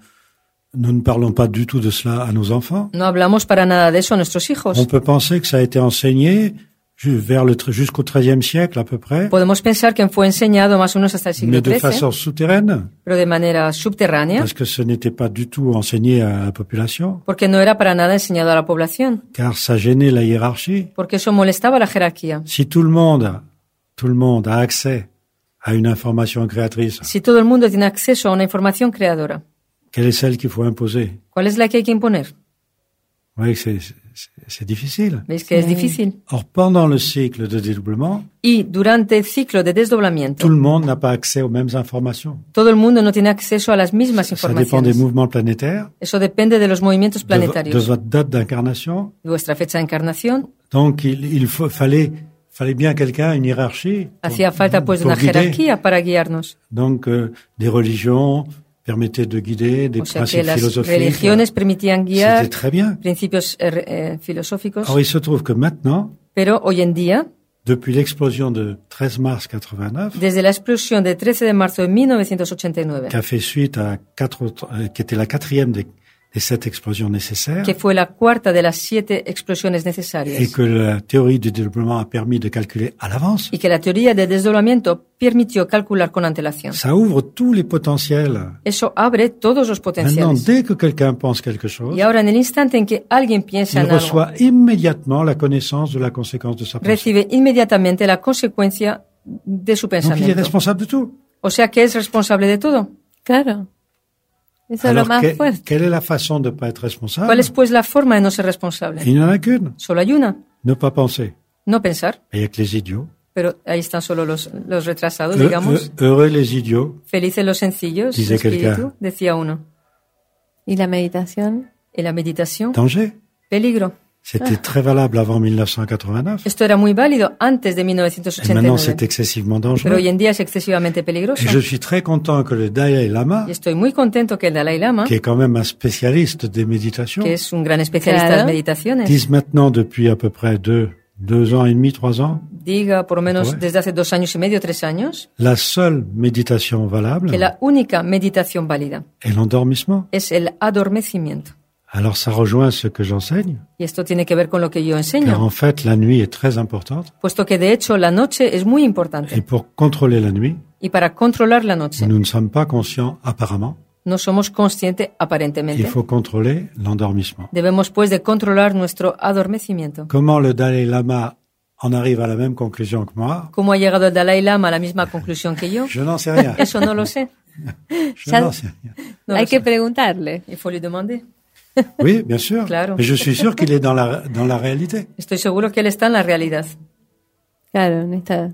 [SPEAKER 5] nous ne parlons pas du tout de cela à nos enfants.
[SPEAKER 4] No hablamos para nada de eso a nuestros hijos.
[SPEAKER 5] On peut penser que ça a été enseigné ju- vers le tre- jusqu'au XIIIe siècle à peu près,
[SPEAKER 4] Podemos pensar que fue enseñado más o menos hasta el siglo
[SPEAKER 5] mais de
[SPEAKER 4] XIII,
[SPEAKER 5] façon souterraine,
[SPEAKER 4] pero de manera subterránea,
[SPEAKER 5] parce que ce n'était pas du tout enseigné à la population,
[SPEAKER 4] porque no era para nada enseñado a la población,
[SPEAKER 5] car ça gênait la hiérarchie.
[SPEAKER 4] porque eso molestaba a la jerarquía.
[SPEAKER 5] Si tout le monde, tout le monde a accès à une information créatrice,
[SPEAKER 4] Si todo el mundo tiene acceso a una información creadora,
[SPEAKER 5] quelle est celle qu'il faut imposer
[SPEAKER 4] ¿cuál es la que hay que imponer?
[SPEAKER 5] Vous voyez que c'est- c'est difficile.
[SPEAKER 4] ¿Veis que es
[SPEAKER 2] Sí.
[SPEAKER 4] difícil?
[SPEAKER 5] Or, pendant le cycle de dédoublement,
[SPEAKER 4] Y durante el ciclo de
[SPEAKER 5] tout
[SPEAKER 4] desdoblamiento,
[SPEAKER 5] le monde n'a pas accès aux mêmes informations.
[SPEAKER 4] todo el mundo no tiene acceso a las mismas
[SPEAKER 5] Ça dépend
[SPEAKER 4] informaciones.
[SPEAKER 5] des mouvements planétaires,
[SPEAKER 4] Eso depende de los movimientos
[SPEAKER 5] de, vo- de
[SPEAKER 4] planetarios,
[SPEAKER 5] votre date d'incarnation.
[SPEAKER 4] vuestra fecha de encarnación.
[SPEAKER 5] Donc, il, il faut- fallait, fallait bien quelqu'un, une hiérarchie. pour-
[SPEAKER 4] Hacía falta pues
[SPEAKER 5] pour
[SPEAKER 4] una
[SPEAKER 5] guider.
[SPEAKER 4] jerarquía para guiarnos.
[SPEAKER 5] Donc, euh, des religions permettaient de guider, des
[SPEAKER 4] O sea que
[SPEAKER 5] principes
[SPEAKER 4] las
[SPEAKER 5] philosophiques.
[SPEAKER 4] religiones permitían
[SPEAKER 5] C'était
[SPEAKER 4] guiar
[SPEAKER 5] très bien.
[SPEAKER 4] principios eh, eh, filosóficos,
[SPEAKER 5] Or, il se trouve que maintenant,
[SPEAKER 4] pero hoy en día,
[SPEAKER 5] depuis l'explosion de 13 mars 89,
[SPEAKER 4] desde la explosión de 13 de marzo de 1989,
[SPEAKER 5] qui a fait suite à quatre autres, euh, qui était la quatrième des, des sept explosions nécessaires,
[SPEAKER 4] que fue la cuarta de las siete explosiones
[SPEAKER 5] et
[SPEAKER 4] necesarias,
[SPEAKER 5] que la théorie du développement a permis de calculer à l'avance,
[SPEAKER 4] y que la teoría de desdoblamiento permitió calcular con antelación.
[SPEAKER 5] ça ouvre tous les potentiels.
[SPEAKER 4] Eso abre todos los
[SPEAKER 5] Maintenant,
[SPEAKER 4] potenciales.
[SPEAKER 5] dès que quelqu'un pense quelque chose,
[SPEAKER 4] Y ahora, en el instante en que alguien piensa
[SPEAKER 5] il
[SPEAKER 4] en algo,
[SPEAKER 5] reçoit immédiatement la connaissance de la conséquence de sa pensée.
[SPEAKER 4] recibe inmediatamente la consecuencia de su
[SPEAKER 5] Donc, il est
[SPEAKER 4] pensamiento.
[SPEAKER 5] responsable de tout.
[SPEAKER 4] O sea que es responsable de todo.
[SPEAKER 2] Claro. Eso
[SPEAKER 5] Alors,
[SPEAKER 2] es lo más
[SPEAKER 5] que-
[SPEAKER 2] fuerte.
[SPEAKER 5] quelle est la façon de ne pas être responsable
[SPEAKER 4] ¿Cuál es pues la forma de no ser responsable?
[SPEAKER 5] Il n'y en a qu'une,
[SPEAKER 4] Solo hay una,
[SPEAKER 5] ne pas penser.
[SPEAKER 4] no pensar.
[SPEAKER 5] Il y a que les idiots.
[SPEAKER 4] Pero ahí están solo los, los retrasados,
[SPEAKER 5] Heu-
[SPEAKER 4] digamos.
[SPEAKER 5] heu- heureux les idiots.
[SPEAKER 4] Felices los sencillos, de
[SPEAKER 5] Dice
[SPEAKER 4] espíritu,
[SPEAKER 5] quelqu'un.
[SPEAKER 4] decía uno.
[SPEAKER 2] ¿Y la meditación?
[SPEAKER 4] En la meditación,
[SPEAKER 5] Danger.
[SPEAKER 4] peligro.
[SPEAKER 5] C'était très valable avant 1989.
[SPEAKER 4] Esto era muy válido antes de
[SPEAKER 5] Et maintenant, c'est
[SPEAKER 4] 1989,
[SPEAKER 5] excessivement
[SPEAKER 4] pero
[SPEAKER 5] dangereux.
[SPEAKER 4] hoy en día es excesivamente peligroso.
[SPEAKER 5] Et je suis très content que le Dalai Lama,
[SPEAKER 4] Y estoy muy contento que el Dalai Lama,
[SPEAKER 5] qui est quand même un spécialiste des méditations,
[SPEAKER 4] que es un gran especialista
[SPEAKER 2] Claro.
[SPEAKER 4] en meditaciones,
[SPEAKER 5] dise maintenant depuis à peu près deux, deux ans et demi, trois ans,
[SPEAKER 4] diga por lo menos
[SPEAKER 5] Joder.
[SPEAKER 4] desde hace dos años y medio, tres años,
[SPEAKER 5] la seule méditation valable
[SPEAKER 4] que la única meditación válida
[SPEAKER 5] est l'endormissement.
[SPEAKER 4] es el adormecimiento.
[SPEAKER 5] Alors ça rejoint ce que j'enseigne,
[SPEAKER 4] Y esto tiene que ver con lo que yo
[SPEAKER 5] car
[SPEAKER 4] enseño,
[SPEAKER 5] en fait la nuit est très importante.
[SPEAKER 4] puesto que de hecho la noche es muy
[SPEAKER 5] Et
[SPEAKER 4] importante.
[SPEAKER 5] pour contrôler la nuit,
[SPEAKER 4] Y para controlar la noche,
[SPEAKER 5] nous ne sommes pas conscients apparemment.
[SPEAKER 4] no somos conscientes
[SPEAKER 5] Il
[SPEAKER 4] aparentemente.
[SPEAKER 5] faut contrôler l'endormissement.
[SPEAKER 4] Debemos pues de controlar nuestro adormecimiento.
[SPEAKER 5] Comment le Dalai Lama en arrive à la même conclusion que moi
[SPEAKER 4] ¿Cómo ha llegado el Dalai Lama a la misma conclusión que yo?
[SPEAKER 5] Je n'en sais rien.
[SPEAKER 4] Eso no lo sé.
[SPEAKER 5] Je
[SPEAKER 2] Ça-
[SPEAKER 5] n'en sais rien.
[SPEAKER 4] No
[SPEAKER 2] Hay
[SPEAKER 4] lo
[SPEAKER 2] que
[SPEAKER 4] sé.
[SPEAKER 2] preguntarle.
[SPEAKER 4] Il faut lui demander.
[SPEAKER 5] Oui, bien sûr.
[SPEAKER 4] Claro.
[SPEAKER 5] Mais je suis sûr qu'il est dans la, dans la réalité.
[SPEAKER 4] Estoy seguro que él está en la realidad.
[SPEAKER 2] Claro, en esta,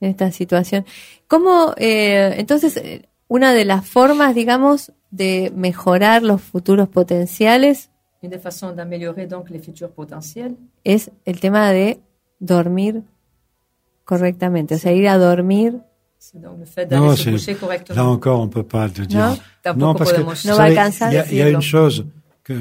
[SPEAKER 2] en esta situación. ¿Cómo, eh, entonces, eh, una de las formas, digamos, de mejorar los futuros potenciales
[SPEAKER 4] Une façon d'améliorer donc les futurs potentiels,
[SPEAKER 2] es el tema de dormir correctamente, o sea, ir a dormir.
[SPEAKER 4] c'est donc le fait
[SPEAKER 5] Non,
[SPEAKER 4] d'aller se
[SPEAKER 5] c'est-
[SPEAKER 4] coucher
[SPEAKER 5] là
[SPEAKER 4] correctement.
[SPEAKER 5] encore, on peut pas te dire.
[SPEAKER 2] Non.
[SPEAKER 4] Tampoco
[SPEAKER 5] parce que
[SPEAKER 4] podemos.
[SPEAKER 5] vous
[SPEAKER 2] va
[SPEAKER 4] No
[SPEAKER 5] savez,
[SPEAKER 2] alcanzar
[SPEAKER 5] il y a,
[SPEAKER 2] a
[SPEAKER 5] il y a
[SPEAKER 2] decirlo.
[SPEAKER 5] une chose que,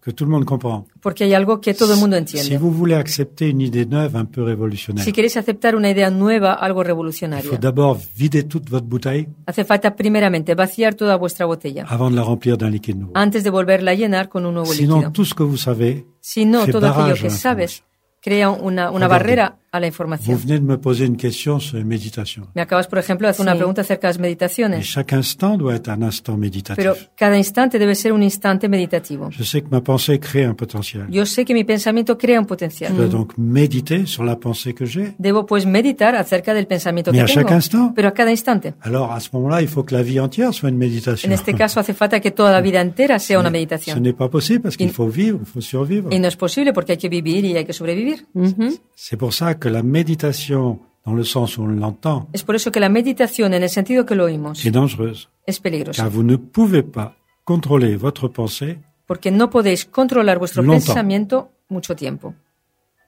[SPEAKER 5] que tout le monde comprend.
[SPEAKER 4] Porque hay algo que todo el mundo
[SPEAKER 5] Si
[SPEAKER 4] entiende.
[SPEAKER 5] vous voulez accepter une idée neuve, un peu révolutionnaire,
[SPEAKER 4] Si queréis aceptar una idea nueva, algo
[SPEAKER 5] il faut
[SPEAKER 4] revolucionario,
[SPEAKER 5] d'abord vider toute votre bouteille
[SPEAKER 4] hace falta primeramente vaciar toda vuestra botella
[SPEAKER 5] avant de la remplir d'un liquide nouveau.
[SPEAKER 4] antes de volverla a llenar con un nuevo
[SPEAKER 5] Sinon,
[SPEAKER 4] líquido.
[SPEAKER 5] tout ce que vous savez,
[SPEAKER 4] Si no,
[SPEAKER 5] fait
[SPEAKER 4] todo aquello
[SPEAKER 5] barrage à
[SPEAKER 4] que sabes
[SPEAKER 5] l'information.
[SPEAKER 4] crea una, una
[SPEAKER 5] Regarde.
[SPEAKER 4] barrera a la
[SPEAKER 5] Vous
[SPEAKER 4] información.
[SPEAKER 5] venez de me poser une question sur les méditations.
[SPEAKER 4] Me acabas, por ejemplo, de hacer una
[SPEAKER 2] Sí.
[SPEAKER 4] pregunta acerca de las
[SPEAKER 5] Et
[SPEAKER 4] meditaciones,
[SPEAKER 5] chaque instant doit être un instant
[SPEAKER 4] pero
[SPEAKER 5] méditatif.
[SPEAKER 4] cada instante debe ser un instante meditativo.
[SPEAKER 5] Je sais que ma pensée crée un potentiel.
[SPEAKER 4] Yo Mm. sé que mi pensamiento crea un
[SPEAKER 5] Je
[SPEAKER 4] potencial.
[SPEAKER 5] dois donc méditer sur la pensée que j'ai.
[SPEAKER 4] Debo pues meditar acerca del pensamiento que
[SPEAKER 5] Mais à
[SPEAKER 4] tengo,
[SPEAKER 5] chaque instant.
[SPEAKER 4] pero a cada instante.
[SPEAKER 5] Alors, à ce moment-là, il faut que la vie entière soit une méditation.
[SPEAKER 4] En este caso hace falta que toda la vida entera sea una
[SPEAKER 5] Ce
[SPEAKER 4] meditación.
[SPEAKER 5] n'est pas possible parce qu'il
[SPEAKER 4] Il-
[SPEAKER 5] faut vivre, il faut survivre.
[SPEAKER 4] Y no es posible porque hay que vivir y hay que sobrevivir.
[SPEAKER 2] Ujú.
[SPEAKER 5] C'est pour ça que la méditation, dans le sens où on l'entend,
[SPEAKER 4] Es por eso que la meditación, en el sentido que lo oímos,
[SPEAKER 5] est dangereuse.
[SPEAKER 4] es peligrosa.
[SPEAKER 5] Car vous ne pouvez pas contrôler votre pensée.
[SPEAKER 4] Porque no podéis controlar vuestro
[SPEAKER 5] Longtemps.
[SPEAKER 4] pensamiento mucho tiempo.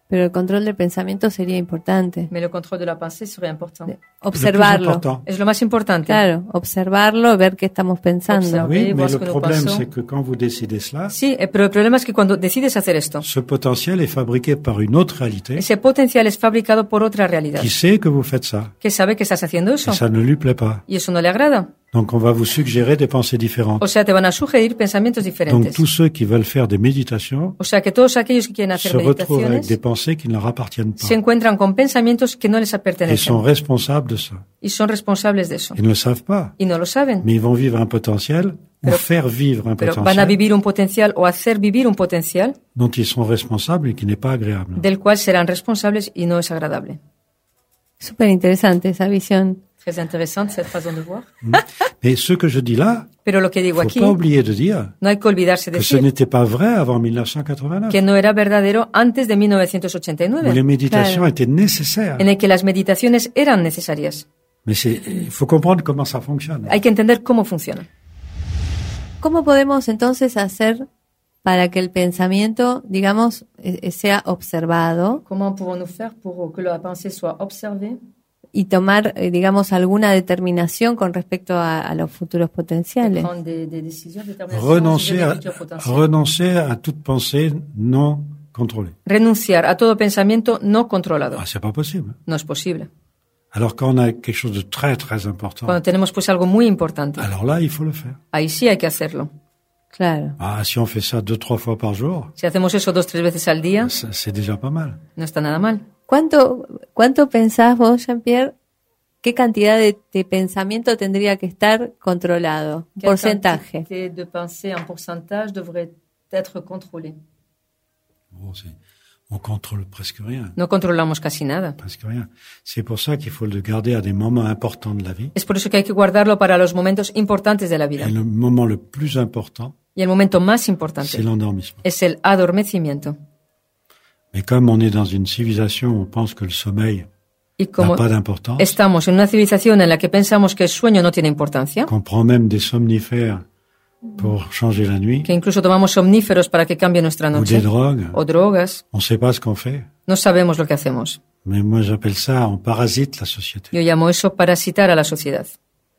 [SPEAKER 2] Pero el control del pensamiento sería importante.
[SPEAKER 4] Mais le contrôle de la pensée serait important.
[SPEAKER 5] Le plus
[SPEAKER 2] Observarlo.
[SPEAKER 5] important.
[SPEAKER 4] Es lo más importante.
[SPEAKER 2] Claro, observarlo, ver qué estamos pensando.
[SPEAKER 4] Observar.
[SPEAKER 5] Oui,
[SPEAKER 4] oui,
[SPEAKER 5] mais
[SPEAKER 4] parce
[SPEAKER 5] le
[SPEAKER 4] que nous
[SPEAKER 5] problème,
[SPEAKER 4] pensons-
[SPEAKER 5] c'est que quand vous décidez cela,
[SPEAKER 4] Sí, eh, pero el problema es que cuando decides hacer esto,
[SPEAKER 5] ce potentiel est fabriqué par une autre réalité
[SPEAKER 4] ese potencial es fabricado por otra realidad
[SPEAKER 5] qui sait que vous faites ça.
[SPEAKER 4] que sabe que estás haciendo eso
[SPEAKER 5] Et ça ne lui plaît pas.
[SPEAKER 4] y eso no le agrada.
[SPEAKER 5] Donc, on va vous suggérer des pensées différentes.
[SPEAKER 4] O sea, te van a sugerir pensamientos
[SPEAKER 5] Donc,
[SPEAKER 4] diferentes.
[SPEAKER 5] tous ceux qui veulent faire des méditations
[SPEAKER 4] O sea, que todos aquellos que quieren hacer
[SPEAKER 5] se retrouvent avec
[SPEAKER 4] meditaciones
[SPEAKER 5] des pensées qui ne leur appartiennent pas.
[SPEAKER 4] se encuentran con pensamientos que no les
[SPEAKER 5] Ils sont
[SPEAKER 4] pertenecen
[SPEAKER 5] responsables de ça.
[SPEAKER 4] y son responsables de eso.
[SPEAKER 5] Ils ne le savent pas.
[SPEAKER 4] Y no lo saben,
[SPEAKER 5] Mais ils vont vivre un potentiel ou
[SPEAKER 4] Pero-
[SPEAKER 5] faire vivre un
[SPEAKER 4] pero van a
[SPEAKER 5] potentiel
[SPEAKER 4] vivir un potencial o hacer vivir un potencial
[SPEAKER 5] dont ils sont responsables et qui n'est pas agréable.
[SPEAKER 4] del cual serán responsables y no es agradable.
[SPEAKER 2] Súper interesante esa visión.
[SPEAKER 4] Très intéressante cette façon de voir.
[SPEAKER 5] Mais ce que je dis là,
[SPEAKER 4] Pero lo que digo
[SPEAKER 5] faut
[SPEAKER 4] aquí,
[SPEAKER 5] pas oublier de dire
[SPEAKER 4] no hay que olvidarse de
[SPEAKER 5] que ce
[SPEAKER 4] decir
[SPEAKER 5] n'était pas vrai avant 1989,
[SPEAKER 4] que no era verdadero antes de
[SPEAKER 5] où les
[SPEAKER 4] 1989,
[SPEAKER 5] méditations
[SPEAKER 2] Claro.
[SPEAKER 5] étaient nécessaires.
[SPEAKER 4] en el que las meditaciones eran necesarias.
[SPEAKER 5] Mais c'est- il faut comprendre comment ça fonctionne.
[SPEAKER 4] Hay que entender cómo funcionan.
[SPEAKER 2] ¿Cómo podemos entonces hacer para que el pensamiento, digamos, eh, eh, sea observado
[SPEAKER 4] Comment pouvons-nous faire pour que la pensée soit observée
[SPEAKER 2] y tomar, eh, digamos, alguna determinación con respecto a, a los futuros potenciales?
[SPEAKER 4] prendre des, des décisions déterminantes sur
[SPEAKER 5] Renoncer
[SPEAKER 4] les
[SPEAKER 5] à,
[SPEAKER 4] futurs potentiels.
[SPEAKER 5] renoncer à toute pensée non contrôlée.
[SPEAKER 4] Renunciar a todo pensamiento no controlado.
[SPEAKER 5] Ah, c'est pas possible.
[SPEAKER 4] No es posible.
[SPEAKER 5] Alors quand on a quelque chose de très très important,
[SPEAKER 4] Cuando tenemos pues algo muy importante,
[SPEAKER 5] alors là, il faut le faire.
[SPEAKER 4] ahí sí hay que hacerlo.
[SPEAKER 2] Claro.
[SPEAKER 5] Ah, si on fait ça deux, trois fois par jour,
[SPEAKER 4] Si hacemos eso dos, tres veces al día,
[SPEAKER 5] ça, c'est déjà pas mal.
[SPEAKER 4] no está nada mal.
[SPEAKER 2] ¿Cuánto, cuánto pensás vos, Jean-Pierre? ¿Qué cantidad de, de pensamiento tendría que estar controlado? Porcentaje.
[SPEAKER 4] de pensée en pourcentage devrait être contrôlée.
[SPEAKER 5] Bon, c'est- on contrôle presque rien.
[SPEAKER 4] No controlamos casi nada.
[SPEAKER 5] Presque rien. C'est pour ça qu'il faut le garder à des moments importants de la vie.
[SPEAKER 4] Es por eso que hay que guardarlo para los momentos importantes de la vida.
[SPEAKER 5] Et le moment le plus important,
[SPEAKER 4] Y el momento más
[SPEAKER 5] c'est
[SPEAKER 4] importante
[SPEAKER 5] l'endormissement.
[SPEAKER 4] es el adormecimiento.
[SPEAKER 5] Mais comme on est dans une civilisation où on pense que le sommeil
[SPEAKER 4] Y
[SPEAKER 5] n'a
[SPEAKER 4] como
[SPEAKER 5] pas d'importance,
[SPEAKER 4] estamos en una civilización en la que pensamos que el sueño no tiene importancia,
[SPEAKER 5] qu'on prend même des somnifères pour changer la nuit,
[SPEAKER 4] que incluso tomamos somníferos para que cambie nuestra
[SPEAKER 5] ou des
[SPEAKER 4] noche,
[SPEAKER 5] drogues,
[SPEAKER 4] o drogas,
[SPEAKER 5] on ne sait pas ce qu'on fait.
[SPEAKER 4] no sabemos lo que hacemos.
[SPEAKER 5] Mais moi, j'appelle ça, on parasite la société.
[SPEAKER 4] Yo llamo eso parasitar a la sociedad.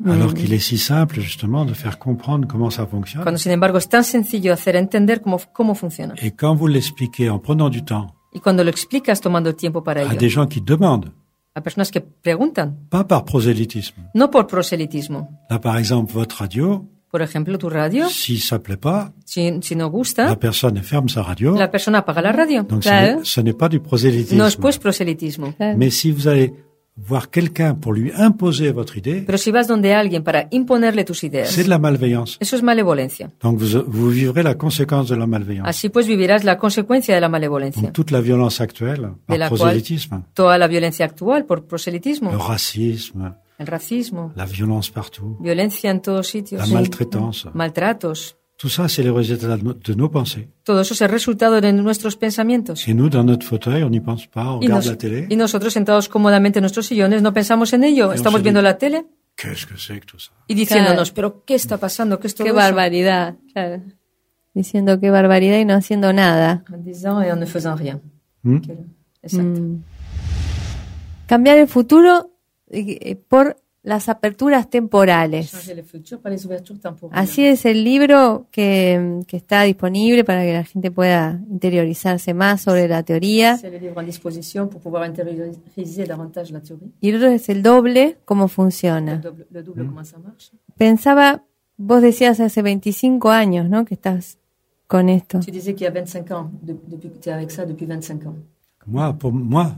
[SPEAKER 5] Alors qu'il est si simple, justement, de faire comprendre comment ça fonctionne.
[SPEAKER 4] Cuando, sin embargo, es tan sencillo hacer entender cómo, cómo funciona.
[SPEAKER 5] Et quand vous l'expliquez en prenant du temps
[SPEAKER 4] Y cuando lo explicas tomando el tiempo para
[SPEAKER 5] à
[SPEAKER 4] ello,
[SPEAKER 5] des gens qui demandent,
[SPEAKER 4] a personas que preguntan,
[SPEAKER 5] pas par prosélytisme.
[SPEAKER 4] no por proselitismo.
[SPEAKER 5] Là, par exemple, votre radio,
[SPEAKER 4] Por ejemplo, tu radio,
[SPEAKER 5] si ça plaît pas,
[SPEAKER 4] si, si no
[SPEAKER 5] la
[SPEAKER 4] gusta,
[SPEAKER 5] personne ferme sa radio.
[SPEAKER 4] Hein la Bah, hein. persona apaga la radio. eh,
[SPEAKER 5] Donc, ce
[SPEAKER 2] Claro.
[SPEAKER 5] n'est- ce n'est pas du prosélytisme.
[SPEAKER 4] No es pues proselitismo.
[SPEAKER 2] Claro.
[SPEAKER 5] Mais si vous allez voir quelqu'un pour lui imposer votre idée,
[SPEAKER 4] Pero si vas donde alguien para imponerle tus ideas,
[SPEAKER 5] c'est de la malveillance.
[SPEAKER 4] eso es malevolencia.
[SPEAKER 5] Donc, vous, vous vivrez la conséquence de la malveillance.
[SPEAKER 4] Así pues vivirás la consecuencia de la malevolencia.
[SPEAKER 5] Donc, toute la violence actuelle
[SPEAKER 4] De la
[SPEAKER 5] par prosélytisme,
[SPEAKER 4] Toda la violencia actual por proselitismo,
[SPEAKER 5] le racisme,
[SPEAKER 4] el racismo,
[SPEAKER 5] la violence partout,
[SPEAKER 4] violencia en todos sitios,
[SPEAKER 5] la maltraitance,
[SPEAKER 4] maltratos.
[SPEAKER 5] tout ça, c'est les résultats de nos- de nos pensées.
[SPEAKER 4] Todo eso es el resultado de nuestros pensamientos.
[SPEAKER 5] Chez nous, dans notre fauteuil, on n'y pense pas, on
[SPEAKER 4] Y,
[SPEAKER 5] regarde
[SPEAKER 4] nos-
[SPEAKER 5] la télé.
[SPEAKER 4] y nosotros sentados cómodamente en nuestros sillones no pensamos en ello.
[SPEAKER 5] no
[SPEAKER 4] Estamos
[SPEAKER 5] se
[SPEAKER 4] viendo
[SPEAKER 5] diga.
[SPEAKER 4] la tele
[SPEAKER 5] Qu'est-ce que c'est que tout ça
[SPEAKER 4] y diciéndonos, pero ¿qué está pasando? ¿Qué es todo
[SPEAKER 2] Qué
[SPEAKER 4] eso?"
[SPEAKER 2] barbaridad. Claro. Diciendo qué barbaridad y no haciendo nada.
[SPEAKER 4] En disant et en ne faisant rien.
[SPEAKER 5] Hmm.
[SPEAKER 4] Exacto.
[SPEAKER 2] Mm. Cambiar el futuro eh, eh, por las aperturas temporales.
[SPEAKER 4] Changer le futur par les ouvertures temporelles.
[SPEAKER 2] Así es el libro que, que está disponible para que la gente pueda interiorizarse más sobre la teoría.
[SPEAKER 4] C'est le livre en disposition pour pouvoir intérioriser davantage la théorie.
[SPEAKER 2] Y el otro es el doble, cómo
[SPEAKER 4] Le
[SPEAKER 2] funciona.
[SPEAKER 4] double, le double, comment ça marche
[SPEAKER 2] Pensaba, vos decías hace 25 años, ¿no? Que estás con esto.
[SPEAKER 4] Tu disais qu'il y a 25 ans, de- depuis que tu es avec ça depuis 25 ans.
[SPEAKER 5] Moi, pour moi,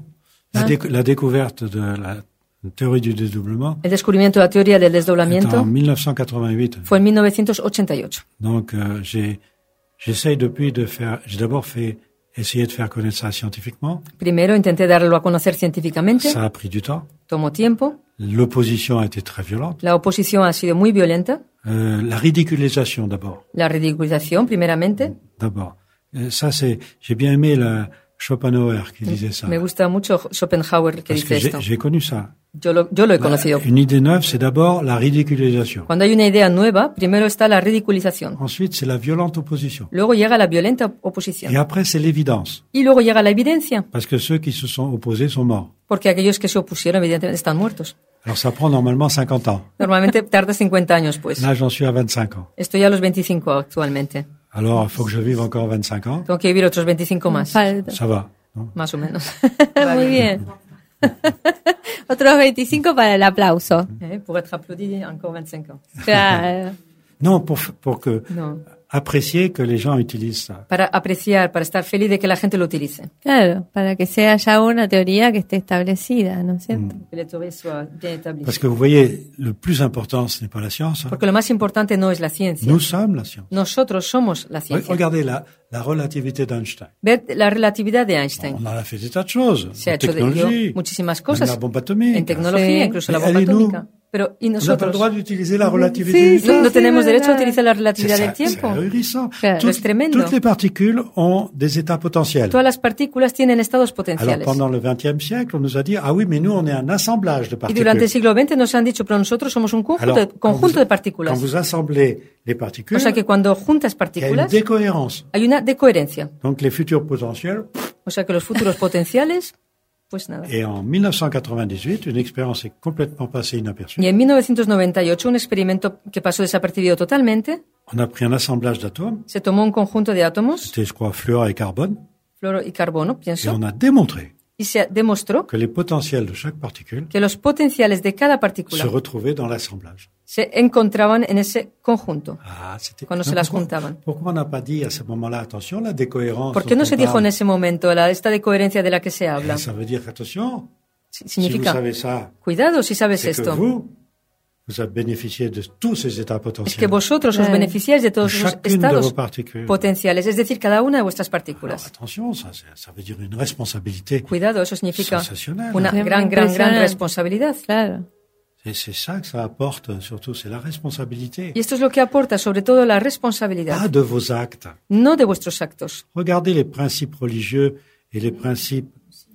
[SPEAKER 5] la, déc- la découverte de la théorie du dédoublement
[SPEAKER 4] El descubrimiento de la teoría del
[SPEAKER 5] est en
[SPEAKER 4] desdoblamiento
[SPEAKER 5] 1988.
[SPEAKER 4] fue en 1988.
[SPEAKER 5] Donc, euh, j'ai- j'essaye depuis de faire. J'ai d'abord fait essayer de faire connaître ça scientifiquement.
[SPEAKER 4] Primero intenté darlo a conocer científicamente,
[SPEAKER 5] Ça a pris du temps.
[SPEAKER 4] tomó tiempo,
[SPEAKER 5] L'opposition a été très violente.
[SPEAKER 4] la oposición ha sido muy violenta,
[SPEAKER 5] Euh, la ridiculisation d'abord.
[SPEAKER 4] la ridiculización primeramente.
[SPEAKER 5] D'abord. Euh, ça, c'est. J'ai bien aimé la Schopenhauer qui disait ça.
[SPEAKER 4] Me gusta mucho Schopenhauer que
[SPEAKER 5] Parce que
[SPEAKER 4] dice
[SPEAKER 5] j'ai
[SPEAKER 4] esto.
[SPEAKER 5] j'ai connu ça.
[SPEAKER 4] Yo lo, yo lo he conocido.
[SPEAKER 5] Une idée neuve, c'est d'abord la ridiculisation.
[SPEAKER 4] Cuando hay una idea nueva, primero está la ridiculización,
[SPEAKER 5] Ensuite, c'est la violente opposition.
[SPEAKER 4] luego llega la violenta
[SPEAKER 5] Et
[SPEAKER 4] oposición
[SPEAKER 5] après, c'est l'évidence.
[SPEAKER 4] y luego llega la evidencia,
[SPEAKER 5] Parce que ceux qui se sont opposés sont morts.
[SPEAKER 4] porque aquellos que se opusieron evidentemente están muertos.
[SPEAKER 5] Alors, ça prend normalement 50 ans.
[SPEAKER 4] Normalmente tarda 50 años, pues.
[SPEAKER 5] Là, j'en suis à 25 ans.
[SPEAKER 4] Estoy a los 25 actualmente.
[SPEAKER 5] Alors, il faut que je vive encore 25 ans.
[SPEAKER 4] Tengo que vivir otros 25 más,
[SPEAKER 2] Falta.
[SPEAKER 5] Ça va. non
[SPEAKER 4] más o menos.
[SPEAKER 2] Muy bien. Otros 25 para el aplauso.
[SPEAKER 4] Eh, Pour être applaudi, encore 25 ans.
[SPEAKER 2] Claro.
[SPEAKER 5] Non, pour, f- pour que,
[SPEAKER 4] Non.
[SPEAKER 5] apprécier que les gens utilisent ça.
[SPEAKER 4] para apreciar, para estar feliz de que la gente lo utilice.
[SPEAKER 2] Claro, para que sea ya una teoría que esté establecida, ¿no es cierto?
[SPEAKER 4] Que la teoría sea bien establecida.
[SPEAKER 5] Parce que vous voyez, le plus important, ce n'est pas la science. hein.
[SPEAKER 4] Porque lo más importante no es la ciencia.
[SPEAKER 5] Nous sommes la science.
[SPEAKER 4] Nosotros somos la
[SPEAKER 5] Re-
[SPEAKER 4] ciencia.
[SPEAKER 5] Regardez la, la relativité d'Einstein.
[SPEAKER 4] Ver la relatividad de Einstein.
[SPEAKER 5] On en a fait des tas de choses.
[SPEAKER 4] Se ha
[SPEAKER 5] en
[SPEAKER 4] hecho de
[SPEAKER 5] technologie,
[SPEAKER 4] ello muchísimas
[SPEAKER 5] même
[SPEAKER 4] cosas.
[SPEAKER 5] la bombe atomique.
[SPEAKER 4] En tecnología,
[SPEAKER 2] Sí.
[SPEAKER 4] incluso la
[SPEAKER 5] Et
[SPEAKER 4] bomba
[SPEAKER 5] allez-nous.
[SPEAKER 4] atómica. Pero, ¿y
[SPEAKER 5] On n'a pas le
[SPEAKER 4] nosotros?
[SPEAKER 5] droit d'utiliser la relativité du
[SPEAKER 2] Sí,
[SPEAKER 5] temps.
[SPEAKER 4] ¿No, no
[SPEAKER 2] Sí,
[SPEAKER 4] tenemos
[SPEAKER 2] verdad.
[SPEAKER 4] derecho a utilizar la relatividad
[SPEAKER 5] C'est
[SPEAKER 4] del
[SPEAKER 5] ça, c'est
[SPEAKER 4] tiempo?
[SPEAKER 5] ahurissant.
[SPEAKER 2] Claro,
[SPEAKER 5] Toutes-
[SPEAKER 4] es tremendo.
[SPEAKER 5] Toutes les particules ont des états potentiels.
[SPEAKER 4] Todas las partículas tienen estados
[SPEAKER 5] Alors
[SPEAKER 4] potenciales.
[SPEAKER 5] pendant le XXe siècle, on nous a dit ah oui, mais nous on est un assemblage de
[SPEAKER 4] Y
[SPEAKER 5] particules.
[SPEAKER 4] durante el siglo XX nos han dicho, pero nosotros somos un conjunto,
[SPEAKER 5] Alors,
[SPEAKER 4] de,
[SPEAKER 5] quand
[SPEAKER 4] conjunto
[SPEAKER 5] vous-
[SPEAKER 4] de
[SPEAKER 5] Quand
[SPEAKER 4] partículas.
[SPEAKER 5] vous assemblez les particules,
[SPEAKER 4] O sea que cuando juntas
[SPEAKER 5] il y a une
[SPEAKER 4] partículas,
[SPEAKER 5] décohérence.
[SPEAKER 4] hay una decoherencia.
[SPEAKER 5] Donc les futurs potentiels.
[SPEAKER 4] O sea que los futuros potenciales, pues nada.
[SPEAKER 5] Et en 1998, une expérience est complètement passée inaperçue.
[SPEAKER 4] Y en 1998, un experimento que pasó desapercibido totalmente,
[SPEAKER 5] On a pris un assemblage d'atomes,
[SPEAKER 4] se tomó un conjunto de átomos,
[SPEAKER 5] c'était je crois fluor et carbone,
[SPEAKER 4] fluoro y carbono,
[SPEAKER 5] et
[SPEAKER 4] pienso,
[SPEAKER 5] on a démontré
[SPEAKER 4] y se demostró
[SPEAKER 5] que les potentiels de chaque particule
[SPEAKER 4] que los potenciales de cada
[SPEAKER 5] se
[SPEAKER 4] partícula
[SPEAKER 5] retrouvaient dans l'assemblage.
[SPEAKER 4] se encontraban en ese conjunto.
[SPEAKER 5] Ah, c'était.
[SPEAKER 4] Quand on se
[SPEAKER 5] Non,
[SPEAKER 4] las
[SPEAKER 5] pourquoi-
[SPEAKER 4] juntaban.
[SPEAKER 5] Pourquoi on n'a pas dit à ce moment-là attention la décohérence
[SPEAKER 4] ¿Por qué no
[SPEAKER 5] dont
[SPEAKER 4] se
[SPEAKER 5] on
[SPEAKER 4] dijo en
[SPEAKER 5] parle
[SPEAKER 4] ese momento la, esta decoherencia de la que se habla?
[SPEAKER 5] Eh, Ça veut dire attention.
[SPEAKER 4] Si-
[SPEAKER 5] Si vous
[SPEAKER 4] Significa,
[SPEAKER 5] savez ça,
[SPEAKER 4] cuidado si sabes
[SPEAKER 5] c'est que
[SPEAKER 4] esto.
[SPEAKER 5] vous, vous avez bénéficié de tous ces états
[SPEAKER 4] Es que
[SPEAKER 5] potentiels.
[SPEAKER 4] vosotros os
[SPEAKER 2] Claro.
[SPEAKER 4] beneficiáis de todos los
[SPEAKER 5] Chacune de vos
[SPEAKER 4] estados
[SPEAKER 5] particules.
[SPEAKER 4] potenciales, es decir, cada una de vuestras
[SPEAKER 5] Alors,
[SPEAKER 4] partículas.
[SPEAKER 5] attention, ça, c'est- ça veut dire une responsabilité.
[SPEAKER 4] Cuidado, eso significa
[SPEAKER 5] Sensacional.
[SPEAKER 4] una
[SPEAKER 2] Sí,
[SPEAKER 4] gran, gran, gran
[SPEAKER 2] impresionante.
[SPEAKER 4] responsabilidad.
[SPEAKER 2] Claro.
[SPEAKER 5] Et c'est ça que ça apporte, euh, surtout, c'est la responsabilité.
[SPEAKER 4] Y esto es lo que aporta sobre todo la responsabilidad,
[SPEAKER 5] Pas de vos actes.
[SPEAKER 4] no de vuestros actos.
[SPEAKER 5] Regardez les principes religieux et les principes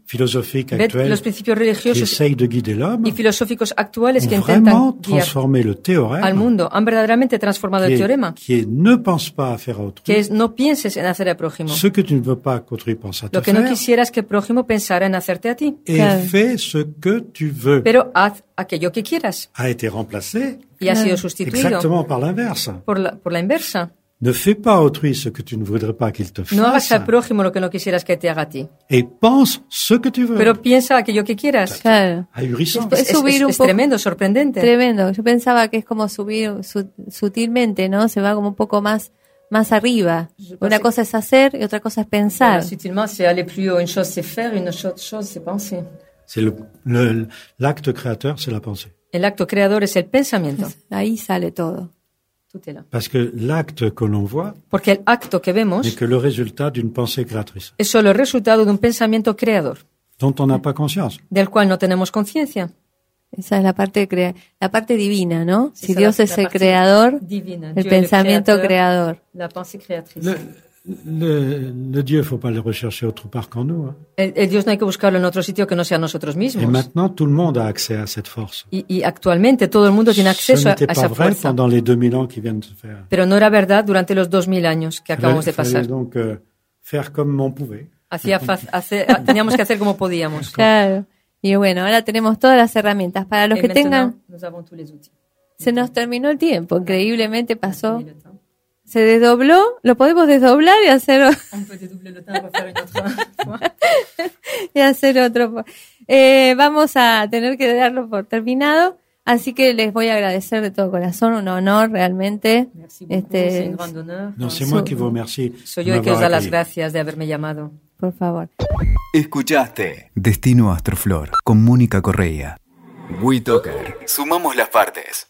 [SPEAKER 5] philosophiques
[SPEAKER 4] Ved
[SPEAKER 5] actuels
[SPEAKER 4] los principios
[SPEAKER 5] qui
[SPEAKER 4] religiosos
[SPEAKER 5] essayent de guider l'homme
[SPEAKER 4] y filosóficos actuales que
[SPEAKER 5] ont vraiment
[SPEAKER 4] intentan guiar
[SPEAKER 5] transformé le
[SPEAKER 2] Ah.
[SPEAKER 4] al
[SPEAKER 5] théorème
[SPEAKER 4] mundo. Han verdaderamente transformado
[SPEAKER 5] qui
[SPEAKER 4] el
[SPEAKER 5] est,
[SPEAKER 4] teorema,
[SPEAKER 5] qui est ne pense pas à faire à
[SPEAKER 4] que
[SPEAKER 5] autrui
[SPEAKER 4] es no pienses en hacer al prójimo.
[SPEAKER 5] ce que tu ne veux pas qu'autrui pense à te
[SPEAKER 4] Lo que no
[SPEAKER 5] faire
[SPEAKER 4] quisieras que prójimo pensara en hacerte a ti.
[SPEAKER 5] et
[SPEAKER 2] Claro.
[SPEAKER 5] fais ce que tu veux
[SPEAKER 4] Pero haz aquello que quieras.
[SPEAKER 5] a été remplacé
[SPEAKER 4] Y ha
[SPEAKER 2] Claro.
[SPEAKER 4] sido
[SPEAKER 5] hein.
[SPEAKER 4] sustituido
[SPEAKER 5] exactement par l'inverse.
[SPEAKER 4] por la, por la inversa.
[SPEAKER 5] Ne fais pas à autrui ce que tu ne voudrais pas qu'il te
[SPEAKER 4] No hagas
[SPEAKER 5] fasse
[SPEAKER 4] al prójimo lo que no quisieras que te haga a ti.
[SPEAKER 5] et pense ce que tu veux.
[SPEAKER 4] Pero piensa aquello que quieras.
[SPEAKER 2] Claro.
[SPEAKER 5] Ahurissant.
[SPEAKER 2] Pues-
[SPEAKER 4] Es, es-
[SPEAKER 2] subir un
[SPEAKER 4] es
[SPEAKER 2] poco-
[SPEAKER 4] tremendo, sorprendente.
[SPEAKER 2] Tremendo. Yo pensaba que es como subir su- sutilmente, ¿no? Se va como un poco más, más arriba. Una cosa es hacer y otra cosa es pensar.
[SPEAKER 4] Voilà, subtilement, c'est aller plus haut. Une chose, c'est faire, une autre chose, c'est penser.
[SPEAKER 5] C'est le- le- l'acte créateur, c'est la pensée.
[SPEAKER 4] El acto creador es el pensamiento.
[SPEAKER 2] Ahí sale todo.
[SPEAKER 4] Tutela.
[SPEAKER 5] Parce que l'acte que l'on voit
[SPEAKER 4] Porque el acto que
[SPEAKER 5] n'est
[SPEAKER 4] vemos
[SPEAKER 5] que le résultat d'une pensée créatrice,
[SPEAKER 4] es solo el resultado de un pensamiento creador,
[SPEAKER 5] dont on n'a pas conscience.
[SPEAKER 4] del cual no tenemos conciencia.
[SPEAKER 2] Esa es la parte crea la parte divina, ¿no? Si
[SPEAKER 4] Esa
[SPEAKER 2] Dios
[SPEAKER 4] la-
[SPEAKER 2] es
[SPEAKER 4] la
[SPEAKER 2] el
[SPEAKER 4] parte
[SPEAKER 2] creador,
[SPEAKER 4] divina. Dieu
[SPEAKER 2] el
[SPEAKER 4] est le
[SPEAKER 2] pensamiento
[SPEAKER 4] créateur.
[SPEAKER 2] creador.
[SPEAKER 4] La pensée créatrice.
[SPEAKER 5] Le, le, le Dieu, faut pas le rechercher autre part qu'en nous. hein.
[SPEAKER 4] El, el Dios no hay que buscarlo en otro sitio que no sea nosotros
[SPEAKER 5] Et
[SPEAKER 4] mismos.
[SPEAKER 5] maintenant, tout le monde a accès à cette force.
[SPEAKER 4] Y, y actualmente todo el mundo tiene
[SPEAKER 5] Ce
[SPEAKER 4] acceso a,
[SPEAKER 5] n'était
[SPEAKER 4] a
[SPEAKER 5] pas
[SPEAKER 4] esa
[SPEAKER 5] vrai
[SPEAKER 4] fuerza.
[SPEAKER 5] pendant les 2000 ans qui viennent de se faire.
[SPEAKER 4] Pero no era verdad durante los 2000 años que
[SPEAKER 5] Il
[SPEAKER 4] acabamos de
[SPEAKER 5] fallait- fallait
[SPEAKER 4] pasar.
[SPEAKER 5] donc euh, faire comme on pouvait.
[SPEAKER 4] Hacía fa- hace- teníamos que hacer como podíamos.
[SPEAKER 2] Claro. Y bueno, ahora tenemos todas las herramientas. Para los
[SPEAKER 4] Et
[SPEAKER 2] que
[SPEAKER 4] maintenant,
[SPEAKER 2] tengan,
[SPEAKER 4] nous avons tous les outils.
[SPEAKER 2] se nos terminó el tiempo. Increíblemente pasó.
[SPEAKER 4] Le temps.
[SPEAKER 2] Se desdobló. Lo podemos desdoblar y hacer,
[SPEAKER 4] On peut dédoubler le temps pour faire une autre fois.
[SPEAKER 2] y hacer otro. po- Eh, vamos a tener que darlo por terminado. Así que les voy a agradecer de todo corazón. Un honor realmente.
[SPEAKER 4] Merci beaucoup, c'est
[SPEAKER 2] Este,
[SPEAKER 4] un grand honneur.
[SPEAKER 5] Non, c'est
[SPEAKER 2] So-
[SPEAKER 5] moi qui vous remercie.
[SPEAKER 4] Soy
[SPEAKER 5] de
[SPEAKER 4] Ah, yo el que os
[SPEAKER 5] m'avoir
[SPEAKER 4] da las
[SPEAKER 5] accueilli.
[SPEAKER 4] gracias de haberme llamado.
[SPEAKER 2] por favor.
[SPEAKER 1] Escuchaste Destino Astroflor con Mónica Correa. WeToker. Sumamos las partes.